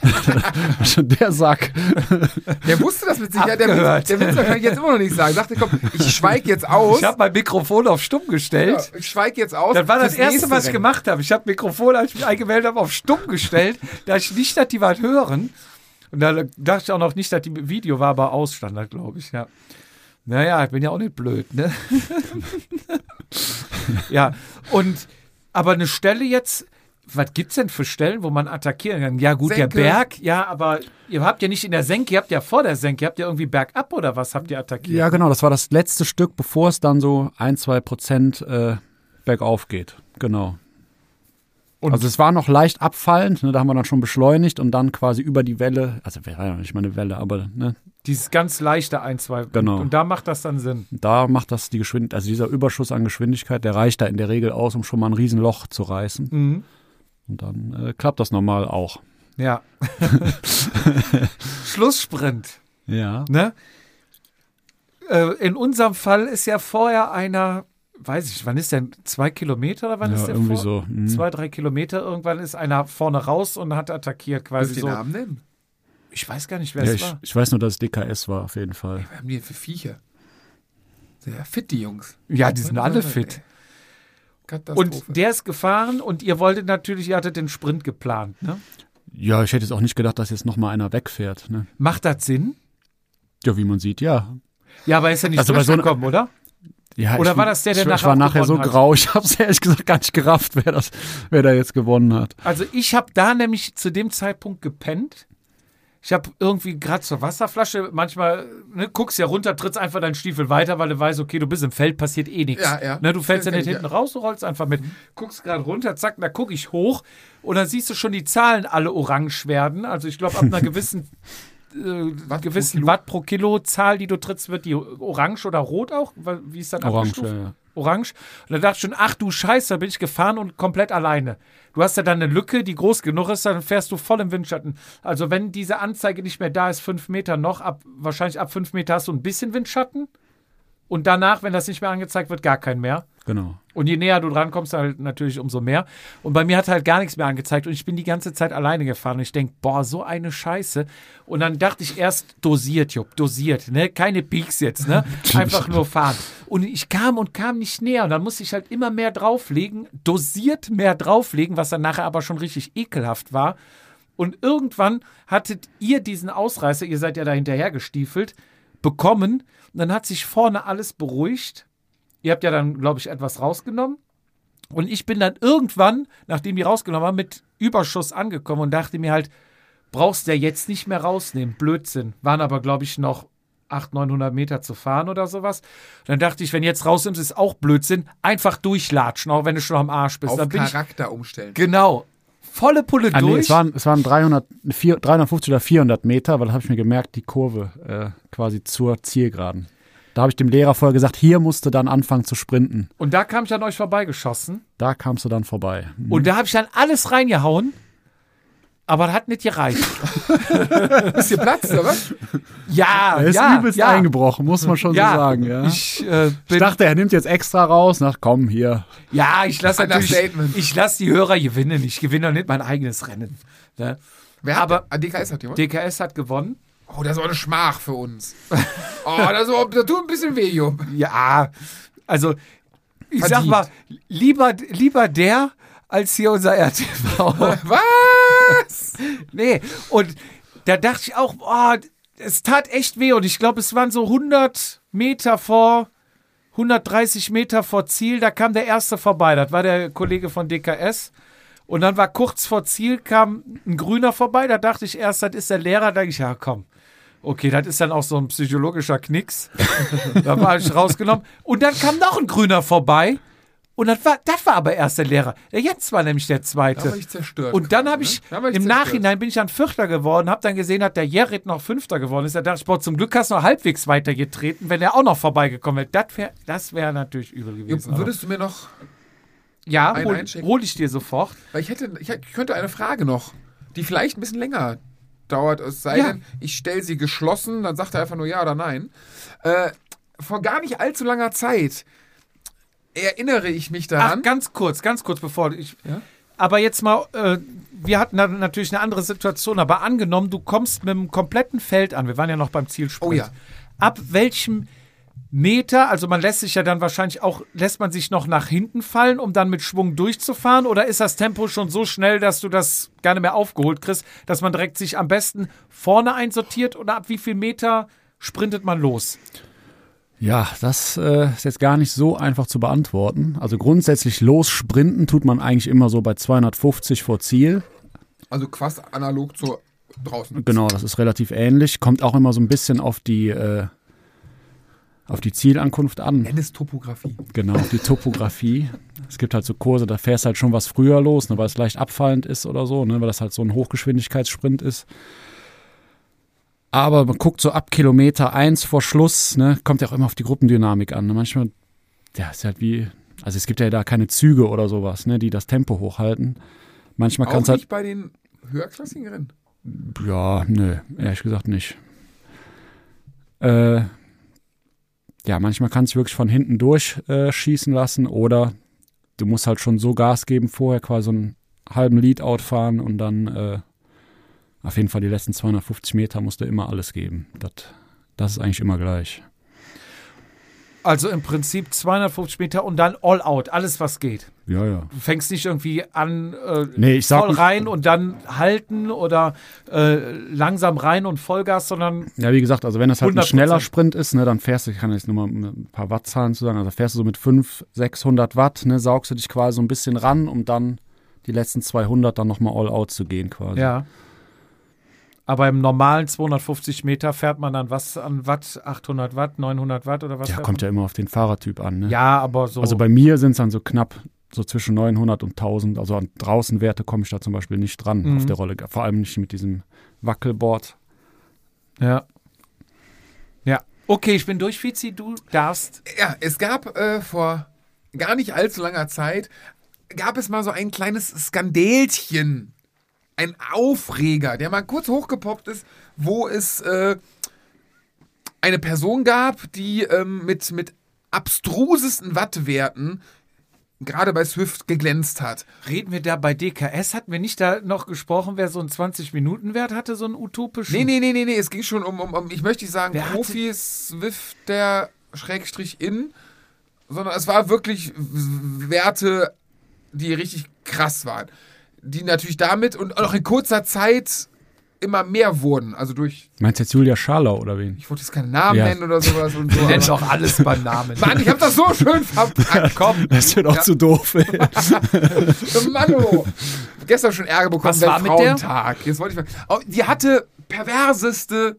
D: schon der Sack.
B: Der wusste das mit sich. Ja, der will
A: Abgehört.
B: der will's wahrscheinlich jetzt immer noch nicht sagen. Dachte, komm, ich schweig jetzt aus.
A: Ich habe mein Mikrofon auf stumm gestellt.
B: ja, ich schweig jetzt aus.
A: Das war das
B: fürs
A: Erste,
B: nächste
A: was ich
B: Rennen.
A: gemacht habe. Ich habe Mikrofon, als ich mich eingemeldet habe, auf stumm gestellt, da ich nicht, dass die was hören. Und da dachte ich auch noch nicht, dass die im Video war, aber ausstand, glaube ich, ja. Naja, ich bin ja auch nicht blöd, ne? ja, und, aber eine Stelle jetzt, was gibt's denn für Stellen, wo man attackieren kann? Ja, gut,
B: Senke.
A: der Berg, ja, aber ihr habt ja nicht in der Senke, ihr habt ja vor der Senke, ihr habt ja irgendwie bergab oder was habt ihr attackiert?
D: Ja, genau. Das war das letzte Stück, bevor es dann so ein, zwei Prozent äh, bergauf geht. Genau.
A: Und-
D: also es war noch leicht abfallend, ne, da haben wir dann schon beschleunigt und dann quasi über die Welle, also war ja noch nicht mal eine Welle, aber ne,
A: Dieses ganz leichte ein, zwei.
D: Genau.
A: Und, und da macht das dann Sinn.
D: da macht das die Geschwindigkeit, also dieser Überschuss an Geschwindigkeit, der reicht da in der Regel aus, um schon mal ein Riesenloch zu reißen.
A: Mhm.
D: Und dann äh, klappt das normal auch.
A: Ja. Schlusssprint,
D: Ja.
A: ne? Äh, in unserem Fall ist ja vorher einer, weiß ich, wann ist denn? Zwei Kilometer oder wann
D: Ja,
A: ist der
D: irgendwie
A: vor?
D: so. Mhm.
A: Zwei, drei Kilometer, irgendwann ist einer vorne raus und hat attackiert
B: Dürft
A: quasi
B: ihr
A: so.
B: den Namen nennen?
A: Ich weiß gar nicht, wer
D: ja
A: es
D: ich,
A: war.
D: ich weiß nur, dass es DKS war, auf jeden Fall.
B: Wir haben die für Viecher. Sehr fit, die Jungs.
A: Ja, die sind alle fit. Und
B: Katastrophe.
A: der ist gefahren und ihr wolltet natürlich, ihr hattet den Sprint geplant. Ne?
D: Ja, ich hätte jetzt auch nicht gedacht, dass jetzt nochmal einer wegfährt. Ne?
A: Macht das Sinn?
D: Ja, wie man sieht, ja.
A: Ja, aber ist ja nicht
D: Also bei so einer-
A: durchgekommen, oder?
D: ja
A: Oder
D: ich,
A: war das der, der
D: ich,
A: nachher
D: Ich war
A: auch
D: nachher so
A: gewonnen hat?
D: grau, ich habe es ehrlich gesagt gar nicht gerafft, wer, das, wer da jetzt gewonnen hat.
A: Also ich habe da nämlich zu dem Zeitpunkt gepennt. Ich habe irgendwie gerade zur Wasserflasche, manchmal ne, guckst ja runter, trittst einfach deinen Stiefel weiter, weil du weißt, okay, du bist im Feld, passiert eh nichts.
B: Ja, ja.
A: Ne, du fällst ja
B: Das
A: nicht
B: kenn ich,
A: hinten raus, du rollst einfach mit. Guckst gerade runter, zack, da gucke ich hoch und dann siehst du schon die Zahlen alle orange werden. Also ich glaube, ab einer gewissen, äh,
B: Watt pro
A: gewissen
B: Kilo.
A: Watt pro Kilo Zahl, die du trittst, wird die orange oder rot auch? Weil- Wie ist das
D: Orange,
A: abgestuft?
D: ja, ja.
A: orange. Und da dachte ich schon, ach du Scheiße, da bin ich gefahren und komplett alleine. Du hast ja dann eine Lücke, die groß genug ist, dann fährst du voll im Windschatten. Also wenn diese Anzeige nicht mehr da ist, fünf Meter noch, ab, wahrscheinlich ab fünf Meter hast du ein bisschen Windschatten. Und danach, wenn das nicht mehr angezeigt wird, gar kein mehr.
D: Genau.
A: Und je näher du drankommst, halt natürlich umso mehr. Und bei mir hat halt gar nichts mehr angezeigt. Und ich bin die ganze Zeit alleine gefahren. Und ich denke, boah, so eine Scheiße. Und dann dachte ich erst, dosiert, Jupp, dosiert. Ne? Keine Peaks jetzt, ne? Einfach nur fahren. Und ich kam und kam nicht näher. Und dann musste ich halt immer mehr drauflegen, dosiert mehr drauflegen, was dann nachher aber schon richtig ekelhaft war. Und irgendwann hattet ihr diesen Ausreißer, ihr seid ja da hinterher gestiefelt, bekommen. Und dann hat sich vorne alles beruhigt. Ihr habt ja dann, glaube ich, etwas rausgenommen. Und ich bin dann irgendwann, nachdem die rausgenommen haben, mit Überschuss angekommen und dachte mir halt, brauchst du ja jetzt nicht mehr rausnehmen. Blödsinn. Waren aber, glaube ich, noch 800, 900 Meter zu fahren oder sowas. Und dann dachte ich, wenn jetzt rausnimmst, ist auch Blödsinn. Einfach durchlatschen, auch wenn du schon am Arsch bist.
B: Auf
A: dann bin ich,
B: Charakter umstellen.
A: genau, volle Pulle
D: Ah, nee,
A: durch.
D: es waren, es waren 300, vier- 350 oder 400 Meter, weil da habe ich mir gemerkt, die Kurve äh, quasi zur Zielgeraden. Da habe ich dem Lehrer vorher gesagt, hier musst du dann anfangen zu sprinten.
A: und da kam ich an euch vorbeigeschossen.
D: Da kamst du dann vorbei.
A: Und da habe ich dann alles reingehauen. Aber das hat nicht gereicht.
B: Ist hier Platz, oder was?
A: Ja,
D: Er ist
A: Ah, ja,
D: übelst
A: ja.
D: eingebrochen, muss man schon
A: Ja,
D: so sagen. Ja. Ich,
A: ich äh, bin
D: dachte, er nimmt jetzt extra raus. Nach komm, hier.
A: Ja, ich lasse natürlich,
B: Understatement.
A: ich lasse die Hörer gewinnen. Ich gewinne doch nicht mein eigenes Rennen. Ne?
B: Wer hat
A: Aber-
B: ah, DKS hat jemand?
A: DKS hat gewonnen.
B: Oh, das war eine Schmach für uns. Oh, das, war, das tut ein bisschen weh, Jupp.
A: Ja, also ich sag
B: Verdient.
A: mal, lieber, lieber der als hier unser RTV.
B: Was?
A: nee, und da dachte ich auch, boah, es tat echt weh. Und ich glaube, es waren so 100 Meter vor, 130 Meter vor Ziel, da kam der Erste vorbei. Das war der Kollege von DKS. Und dann war kurz vor Ziel, kam ein Grüner vorbei. Da dachte ich erst, das ist der Lehrer. Da dachte ich, ja, komm. Okay, das ist dann auch so ein psychologischer Knicks. da war ich rausgenommen. Und dann kam noch ein Grüner vorbei. Und das war, das war aber erst der Lehrer. Der Jens war nämlich der Zweite.
B: Da war ich zerstört.
A: Und dann habe ich
B: Äh, ne? Da war ich
A: im
B: zerstört.
A: Nachhinein bin ich dann Vierter geworden, habe dann gesehen, hat der Jerrit noch Fünfter geworden ist. Da dachte ich, boah, zum Glück hast du noch halbwegs weitergetreten, wenn er auch noch vorbeigekommen wäre. Das wäre das wär natürlich übel
B: Jupp,
A: gewesen.
B: würdest du mir noch.
A: Aber- ja,
B: einen
A: hol,
B: einschicken?
A: hol ich dir sofort.
B: Weil ich, hätte, ich hätte- ich könnte eine Frage noch, die vielleicht ein bisschen länger dauert, es sei
A: Ja.
B: denn, ich stelle sie geschlossen, dann sagt er einfach nur ja oder nein. Äh, vor gar nicht allzu langer Zeit erinnere ich mich
A: Ach,
B: daran.
A: ganz kurz, ganz kurz, bevor ich.
B: Ja?
A: Aber jetzt mal, äh, wir hatten dann natürlich eine andere Situation, aber angenommen, du kommst mit einem kompletten Feld an. Wir waren ja noch beim Zielsprint.
B: Oh ja.
A: Ab welchem Meter, also man lässt sich ja dann wahrscheinlich auch, lässt man sich noch nach hinten fallen, um dann mit Schwung durchzufahren? Oder ist das Tempo schon so schnell, dass du das gar nicht mehr aufgeholt kriegst, dass man direkt sich am besten vorne einsortiert? Oder ab wie viel Meter sprintet man los?
D: Ja, das äh, ist jetzt gar nicht so einfach zu beantworten. Also grundsätzlich lossprinten tut man eigentlich immer so bei 250 vor Ziel.
B: also quasi analog zu draußen.
D: Genau, das ist relativ ähnlich. Kommt auch immer so ein bisschen auf die, äh, auf die Zielankunft an.
B: Nenn es Topografie.
D: Genau, auf die Topografie. Es gibt halt so Kurse, da fährst halt schon was früher los, ne, weil es leicht abfallend ist oder so, ne, weil das halt so ein Hochgeschwindigkeitssprint ist. Aber man guckt so ab Kilometer eins vor Schluss, ne, kommt ja auch immer auf die Gruppendynamik an. Ne. Manchmal, ja, ist halt wie, also es gibt ja da keine Züge oder sowas, ne, die das Tempo hochhalten. Manchmal
B: Auch
D: kann es
B: nicht
D: halt,
B: bei den höherklassigen Rennen.
D: ja, nö, ehrlich gesagt nicht. Äh, ja, manchmal kannst du wirklich von hinten durch äh, schießen lassen oder du musst halt schon so Gas geben, vorher quasi so einen halben Lead-Out fahren und dann äh, auf jeden Fall die letzten 250 Meter musst du immer alles geben. Das, das ist eigentlich immer gleich.
A: Also im Prinzip 250 Meter und dann all out, alles was geht.
D: Ja, ja.
A: Du fängst nicht irgendwie an, äh,
D: Nee, ich sag
A: voll
D: nicht-
A: rein und dann halten oder äh, langsam rein und Vollgas, sondern
D: Ja, wie gesagt, also wenn das halt ein
A: 100%.
D: schneller Sprint ist, ne, dann fährst du, ich kann jetzt nur mal ein paar Wattzahlen zu sagen, also fährst du so mit 500, 600 Watt, ne, saugst du dich quasi so ein bisschen ran, um dann die letzten 200 dann nochmal all out zu gehen quasi.
A: ja. Aber im normalen 250 Meter fährt man dann was an Watt, 800 Watt, 900 Watt oder was?
D: Ja,
A: fährt
D: kommt ja immer auf den Fahrertyp an, ne?
A: man? ja aber so.
D: Also bei mir sind es dann so knapp so zwischen 900 und 1000, also an draußen Werte komme ich da zum Beispiel nicht dran
A: Mhm.
D: auf der Rolle, vor allem nicht mit diesem Wackelboard.
A: ja. ja. Okay, ich bin durch, Fizi, du darfst.
B: Ja, es gab äh, vor gar nicht allzu langer Zeit, gab es mal so ein kleines Skandälchen. Ein Aufreger, der mal kurz hochgepoppt ist, wo es äh, eine Person gab, die ähm, mit, mit abstrusesten Wattwerten gerade bei Swift geglänzt hat.
A: Reden wir da bei DKS? Hatten wir nicht da noch gesprochen, wer so einen 20-Minuten-Wert hatte, so einen utopischen?
B: Nee, nee, nee, nee, nee, es ging schon um, um, um ich möchte nicht sagen,
A: Wer hatte-
B: Profis, Swift, der Schrägstrich in, sondern es war wirklich W- Werte, die richtig krass waren. Die natürlich damit und auch in kurzer Zeit immer mehr wurden. Also durch,
D: Meinst du jetzt Julia Scharlau oder wen?
B: ich wollte jetzt keinen Namen
D: Ja.
B: nennen oder sowas und so.
A: Nenn
B: aber-
A: doch alles beim Namen.
B: Mann, ich hab das so schön verpackt. Komm,
D: Das wird auch zu doof. ey.
B: Mann, oh. Gestern schon Ärger bekommen,
A: Was war mit der?
B: Weltfrauentag. Jetzt wollte ich mal. Oh, Die hatte perverseste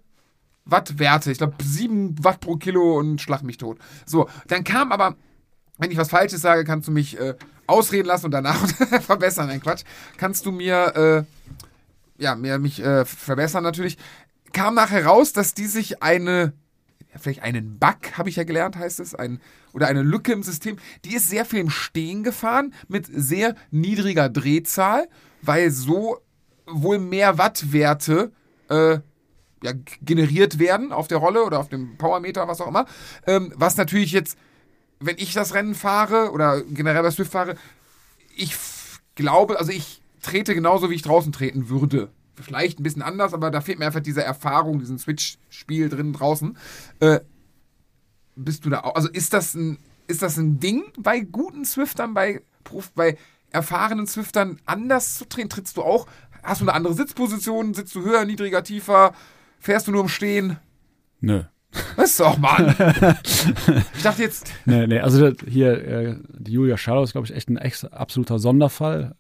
B: Wattwerte. Ich glaube, 7 Watt pro Kilo und schlag mich tot. So, dann kam aber, wenn ich was Falsches sage, kannst du mich äh, ausreden lassen und danach verbessern. Nein, Quatsch. Kannst du mir, äh, ja, mir, mich äh, verbessern natürlich. Kam nachher raus, dass die sich eine, ja, vielleicht einen Bug, habe ich ja gelernt, heißt es, ein, oder eine Lücke im System, die ist sehr viel im Stehen gefahren mit sehr niedriger Drehzahl, weil so wohl mehr Wattwerte äh, ja, g- generiert werden auf der Rolle oder auf dem Powermeter, was auch immer. Ähm, was natürlich jetzt, wenn ich das Rennen fahre oder generell das Swift fahre, ich f- glaube, also ich trete genauso, wie ich draußen treten würde. Vielleicht ein bisschen anders, aber da fehlt mir einfach diese Erfahrung, diesen Switch-Spiel drinnen draußen. Äh, bist du da auch? Also ist das ein, ist das ein Ding bei guten Swiftern, bei, Prof- bei erfahrenen Swiftern anders zu drehen? Trittst du auch? Hast du eine andere Sitzposition? Sitzt du höher, niedriger, tiefer? Fährst du nur im Stehen?
D: Nö.
B: Was ist doch, Mann? ich dachte jetzt,
D: Nee, nee, also das, hier, äh, die Julia Scharlau ist, glaube ich, echt ein ex absoluter Sonderfall.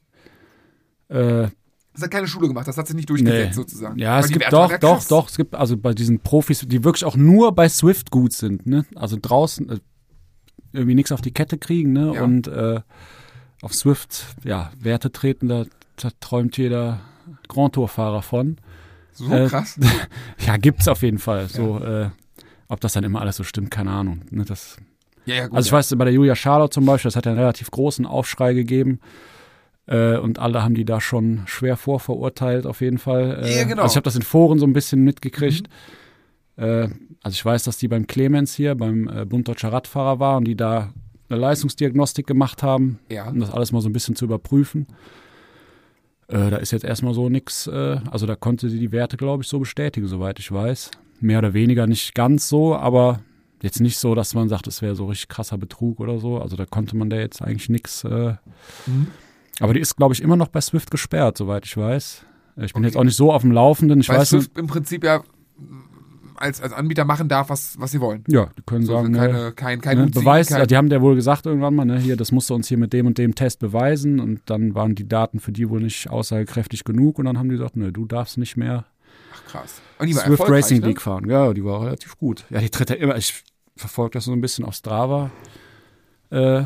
D: Äh,
B: das hat keine Schule gemacht, das hat sich nicht
D: nee.
B: durchgesetzt sozusagen.
D: Ja,
B: Weil
D: es
B: die
D: gibt
B: Werte waren
D: doch,
B: ja
D: doch,
B: krass.
D: doch. Es gibt also bei diesen Profis, die wirklich auch nur bei Swift gut sind, ne? Also draußen äh, irgendwie nichts auf die Kette kriegen, ne?
B: Ja.
D: Und äh, auf Swift, ja, Werte treten, da, da träumt jeder Grand Tour-Fahrer von.
B: So
D: Äh,
B: krass.
D: Ja, gibt's auf jeden Fall. So, äh, ob das dann immer alles so stimmt, keine Ahnung. Ne? Das
B: Ja, ja, gut.
D: Also ich weiß, bei der Julia Charlotte zum Beispiel, das hat ja einen relativ großen Aufschrei gegeben. Äh, und alle haben die da schon schwer vorverurteilt, auf jeden Fall. Äh,
B: Ja, genau. Mhm.
D: Also ich habe das in Foren so ein bisschen mitgekriegt. Äh, also ich weiß, dass die beim Clemens hier, beim äh, Bund Deutscher Radfahrer war und die da eine Leistungsdiagnostik gemacht haben,
B: Ja.
D: um das alles mal so ein bisschen zu überprüfen. Äh, da ist jetzt erstmal so nichts, äh, also da konnte sie die Werte, glaube ich, so bestätigen, soweit ich weiß. Mehr oder weniger nicht ganz so, aber jetzt nicht so, dass man sagt, es wäre so richtig krasser Betrug oder so. Also da konnte man da jetzt eigentlich nichts. Äh,
B: Mhm.
D: Aber die ist, glaube ich, immer noch bei Swift gesperrt, soweit ich weiß. Äh, Ich bin jetzt auch nicht so auf dem Laufenden. Ich
B: Weil
D: weiß nicht.
B: Swift im Prinzip ja mm, als, als Anbieter machen darf, was, was sie wollen.
D: Ja, die können
B: So,
D: sagen, ne,
B: keine, kein, kein
D: ne,
B: Hut ziehen,
D: Beweis,
B: kein,
D: ja, die haben der wohl gesagt irgendwann mal, ne, hier, das musst du uns hier mit dem und dem Test beweisen und dann waren die Daten für die wohl nicht aussagekräftig genug und dann haben die gesagt, ne, du darfst nicht mehr
B: Ach, krass. Und die war
D: Swift
B: erfolgreich,
D: Racing
B: ne?
D: League fahren. Ja, die war relativ gut. Ja, die tritt ja immer, ich verfolge das so ein bisschen auf Strava. Äh,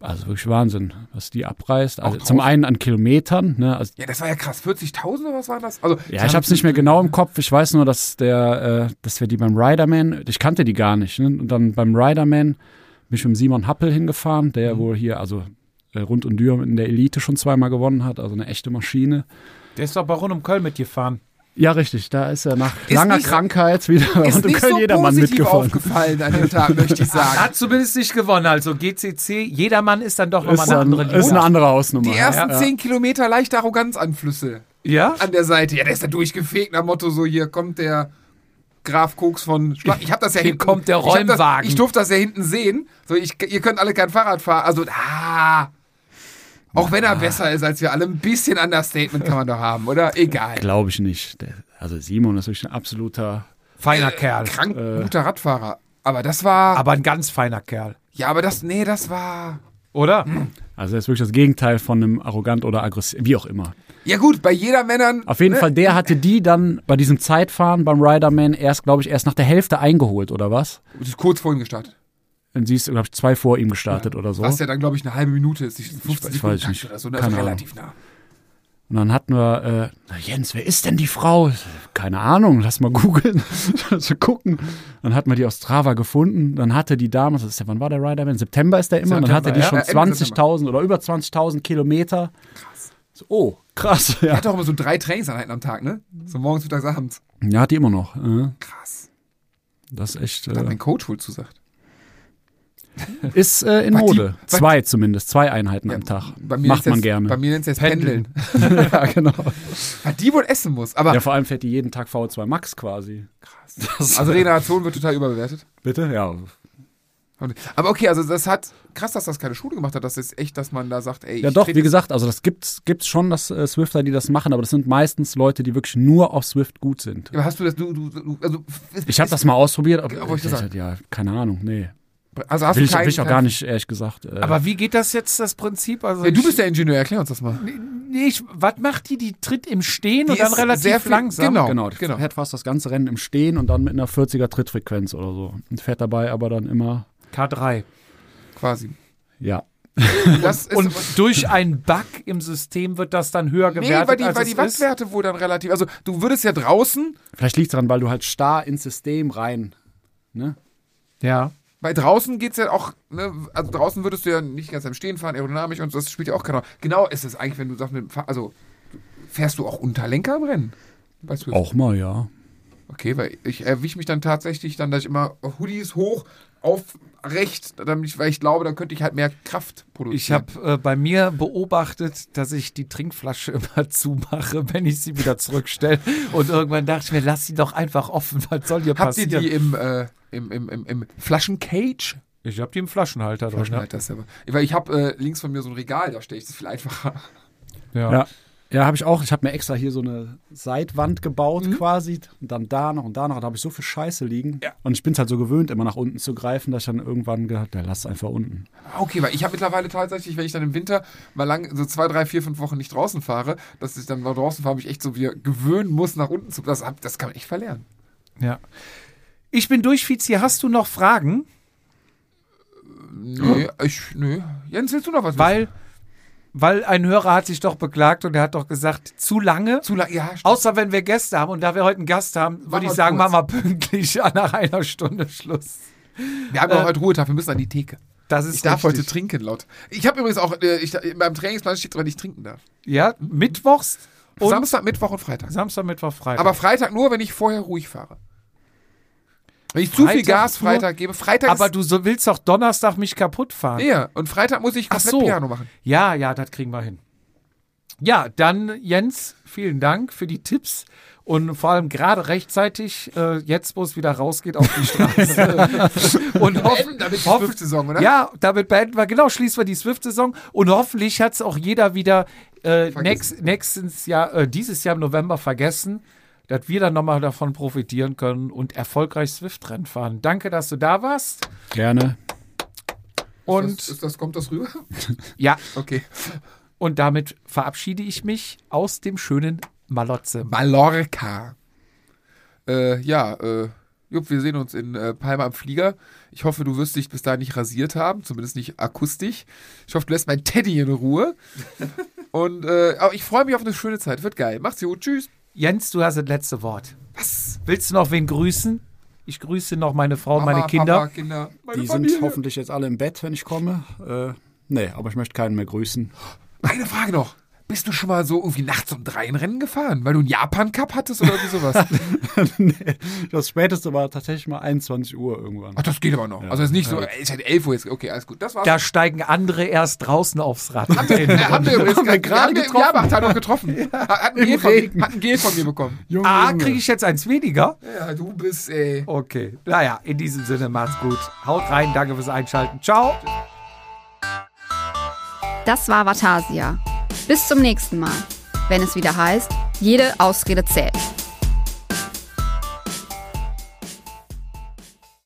D: also wirklich Wahnsinn, was die abreißt. Also zum einen an Kilometern, ne, also
B: Ja, das war ja krass. 40.000 oder was war das? Also,
D: ja, ich habe es nicht mehr genau im Kopf. Ich weiß nur, dass der, äh, dass wir die beim Riderman, ich kannte die gar nicht. Ne? Und dann beim Riderman bin ich mit Simon Happel hingefahren, der
B: Mhm.
D: ja wohl hier, also äh, rund und Dürr in der Elite schon zweimal gewonnen hat, also eine echte Maschine.
A: Der ist doch bei Rund um Köln mitgefahren.
D: Ja, richtig. Da ist er nach
B: Ist
D: langer
B: nicht-
D: Krankheit wieder
B: Ist
D: rund um
B: nicht
D: Köln
B: so
D: jedermann
B: positiv
D: mitgefahren.
B: aufgefallen an dem Tag, möchte ich sagen.
A: Hat zumindest nicht gewonnen. Also GCC, jedermann ist dann doch nochmal
D: Ist,
A: eine
D: dann,
A: andere Liga.
D: ist eine andere Hausnummer.
B: Die ersten
D: ja.
B: 10 Kilometer leichte Arroganzanflüsse
A: ja?
B: an der Seite. Ja, der ist da durchgefegt nach Motto so, hier kommt der Graf Koks von Schlag. Ich habe das ja
A: Hier
B: hinten.
A: kommt der
B: ich hab
A: Räumwagen.
B: Das, ich durfte das ja hinten sehen. So, ich, ihr könnt alle kein Fahrrad fahren. Also, ah. Auch wenn er
D: Ah.
B: besser ist als wir alle, ein bisschen Understatement kann man doch haben, oder? Egal.
D: Glaube ich nicht. Der, also Simon ist wirklich ein absoluter.
A: Feiner Kerl.
B: Krank
D: äh,
B: guter Radfahrer. Aber das war.
A: Aber ein ganz feiner Kerl.
B: ja, aber das. Nee, das war.
A: Oder?
B: Mhm.
D: Also er ist wirklich das Gegenteil von einem arrogant oder aggressiv, wie auch immer.
B: Ja, gut, bei jeder Männern.
D: Auf jeden Fall, der hatte die dann bei diesem Zeitfahren beim Riderman erst, glaube ich, erst nach der Hälfte eingeholt oder was?
B: Das ist kurz vor ihm gestartet.
D: Und sie ist, glaube ich, zwei vor ihm gestartet oder so.
B: Was ja dann, glaube ich, eine halbe Minute ist. 15
D: Ich weiß- ich
B: Sekunden
D: weiß nicht.
B: oder so. ne? Das ist
D: Keine
B: relativ nah.
D: Und dann hatten wir, äh, na Jens, wer ist denn die Frau? Keine Ahnung, lass mal googeln, lass mal gucken. Dann hatten wir die aus Strava gefunden. Dann hatte die damals, das ist ja, wann war der Riderman? September ist der immer. dann hatte die
B: ja.
D: schon
B: Ja, Ende
D: 20.000 oder über 20.000 Kilometer. Krass. So, oh, krass.
B: Er
D: Ja.
B: hat doch immer so drei Trainingseinheiten am Tag, ne? So morgens, mittags, abends.
D: ja, hat die immer noch. äh.
B: Krass.
D: Das ist echt,
B: Da hat
D: äh,
B: mein Coach wohl zusagt.
D: ist äh, in
B: Was die-
D: Mode.
B: was
D: Zwei zumindest, zwei Einheiten am
B: Ja,
D: Tag.
B: bei mir nennt's
D: Macht man
B: jetzt, Bei
D: gerne.
B: mir nennt es jetzt Pendeln.
D: ja, genau.
B: Weil die wohl essen muss. Aber
D: Ja, vor allem fährt die jeden Tag VO2 Max quasi. Krass.
B: also Regeneration wird total überbewertet.
D: Bitte? Ja,
B: Aber okay, also das hat krass, dass das keine Schule gemacht hat. Das ist echt, dass man da sagt, ey,
D: Ja
B: ich
D: doch,
B: trete-
D: wie gesagt, also das gibt's, gibt's schon, dass äh, Swifter, die das machen, aber das sind meistens Leute, die wirklich nur auf Swift gut sind.
B: Aber hast du das, du, du, du also,
D: Ich habe das mal ausprobiert, aber
B: Ja, wollte ich sagen.
D: ja, keine Ahnung, nee.
B: also hast du
D: Will ich,
B: keinen,
D: will ich auch gar nicht, ehrlich gesagt. Äh,
A: Aber wie geht das jetzt, das Prinzip? Also
B: Ja, du
A: ich-
B: bist der Ingenieur, erklär uns das mal.
A: Nee, ich, was macht die? Die tritt im Stehen
B: Die
A: und dann
B: ist
A: relativ
B: sehr viel-
A: langsam.
B: genau.
D: genau, die fährt fast das ganze Rennen im Stehen und dann mit einer 40er Trittfrequenz oder so. Und fährt dabei aber dann immer,
A: K3.
B: Quasi.
D: ja.
B: Das ist,
A: Und durch einen Bug im System wird das dann höher
B: nee, weil
A: gewertet,
B: die,
A: als
B: weil
A: es
B: die
A: ist.
B: Wattwerte wohl dann relativ, also du würdest ja draußen,
D: Vielleicht liegt's daran, weil du halt starr ins System rein, ne?
A: Ja.
B: bei draußen geht's ja auch, ne, also draußen würdest du ja nicht ganz am Stehen fahren, aerodynamisch und so, das spielt ja auch keine Rolle. Genau ist es eigentlich, wenn du sagst, mit, dem Fahr- also fährst du auch unter Lenker im Rennen? Weißt du,
D: Auch mal, ja.
B: Okay, weil ich erwische mich dann tatsächlich dann, dass ich immer Hoodies hoch, aufrecht, damit ich, weil ich glaube, dann könnte ich halt mehr Kraft produzieren.
A: Ich habe äh, bei mir beobachtet, dass ich die Trinkflasche immer zumache, wenn ich sie wieder zurückstelle. Und irgendwann dachte ich mir, lass sie doch einfach offen. Was soll hier
B: Habt ihr
A: passieren?
B: die im, äh, im, im, im, im Flaschencage?
A: ich habe die im Flaschenhalter drin. ne?
B: Flaschenhalter ist ja- Weil ich habe äh, links von mir so ein Regal, da stehe ich das ist viel einfacher.
A: Ja.
D: Ja, ja habe ich auch. Ich habe mir extra hier so eine Seitwand gebaut quasi und dann da noch und da noch. Da habe ich so viel Scheiße liegen. Und ich bin es halt so gewöhnt, immer nach unten zu greifen, dass ich dann irgendwann gedacht ja, lass einfach unten.
B: Ah, Okay, weil ich habe mittlerweile tatsächlich, wenn ich dann im Winter mal lang, so zwei, drei, vier, fünf Wochen nicht draußen fahre, dass ich dann mal draußen fahre, mich echt so wieder gewöhnen muss, nach unten zu. Das, hab- das kann man echt verlernen.
A: Ja. Ich bin durch, Fizi. Hast du noch Fragen?
B: Nee, ich, nee. Jens, willst du noch was
A: Hm?
B: wissen?
A: Weil, weil ein Hörer hat sich doch beklagt und er hat doch gesagt, zu lange.
B: Zu lang, ja, stimmt.
A: Außer wenn wir Gäste haben und da wir heute einen Gast haben,
B: Mach
A: würde ich
B: mal
A: sagen,
B: kurz.
A: machen wir pünktlich nach einer Stunde Schluss.
B: Wir haben ja heute Ruhetag, wir müssen an die Theke.
A: Das ist
B: Ich darf
A: äh, richtig.
B: heute trinken, laut. Ich habe übrigens auch, äh, ich, beim Trainingsplan steht drin, dass ich trinken darf.
A: Ja, mittwochs und Samstag,
B: Samstag, Mittwoch und Freitag.
A: Mittwoch, Freitag.
B: Aber Freitag nur, wenn ich vorher ruhig fahre. Wenn ich zu viel
A: Freitag
B: Gas
A: nur?
B: Freitag gebe. Freitag
A: Aber
B: ist
A: du so, willst doch Donnerstag mich kaputt fahren.
B: näher. Und Freitag muss ich
A: Ach
B: komplett
A: so.
B: Piano machen.
A: Ja, ja, das kriegen wir hin. Ja, dann Jens, vielen Dank für die Tipps und vor allem gerade rechtzeitig, äh, jetzt wo es wieder rausgeht auf die Straße. und hoffen,
B: Beenden damit die
A: hoff-
B: Swift-Saison, oder?
A: Ja, damit beenden wir, genau, schließen wir die Swift-Saison und hoffentlich hat es auch jeder wieder äh, nächst, nächstes Jahr, äh, dieses Jahr im November vergessen, dass wir dann nochmal davon profitieren können und erfolgreich Swift-Rennen fahren. Danke, dass du da warst
D: Gerne.
A: und
B: das, ist das, kommt das rüber?
A: ja,
B: Okay.
A: Und damit verabschiede ich mich aus dem schönen Malotze.
B: Mallorca. Äh, ja, äh, Jupp, wir sehen uns in äh, Palma am Flieger. Ich hoffe, du wirst dich bis dahin nicht rasiert haben, zumindest nicht akustisch. Ich hoffe, du lässt meinen Teddy in Ruhe. Und äh, aber ich freue mich auf eine schöne Zeit. Wird geil. Macht's gut. Tschüss.
A: Jens, du hast das letzte Wort. Was? Willst du noch wen grüßen? Ich grüße noch meine Frau und
B: Mama,
A: meine Kinder.
B: Papa, Kinder. Meine
D: Die
B: Familie.
D: sind hoffentlich jetzt alle im Bett, wenn ich komme. Äh, nee, aber ich möchte keinen mehr grüßen.
B: Eine Frage noch. Bist du schon mal so irgendwie nachts um drei ein Rennen gefahren, weil du einen Japan-Cup hattest oder irgendwie sowas?
D: nee, das späteste war tatsächlich mal 21 Uhr irgendwann.
B: Ach, das geht aber noch. Also es ist nicht so, ey, ist halt 11 Uhr jetzt. Okay, alles gut. Das war's.
A: Da steigen andere erst draußen aufs Rad.
B: Äh, haben wir übrigens
D: Haben wir
B: gerade haben
D: gerade
B: wir im Jabach da noch getroffen. Hat hat ein Gel von,
D: Regen.
B: hat ein Gel von mir bekommen.
D: Junge,
A: ah,
D: Junge.
A: kriege ich jetzt eins weniger?
B: Ja, du bist, äh, ey.
A: Okay. Naja, in diesem Sinne, macht's gut. Haut rein, danke fürs Einschalten. Ciao.
C: Das war Vatasia. Bis zum nächsten Mal, wenn es wieder heißt, jede Ausrede zählt.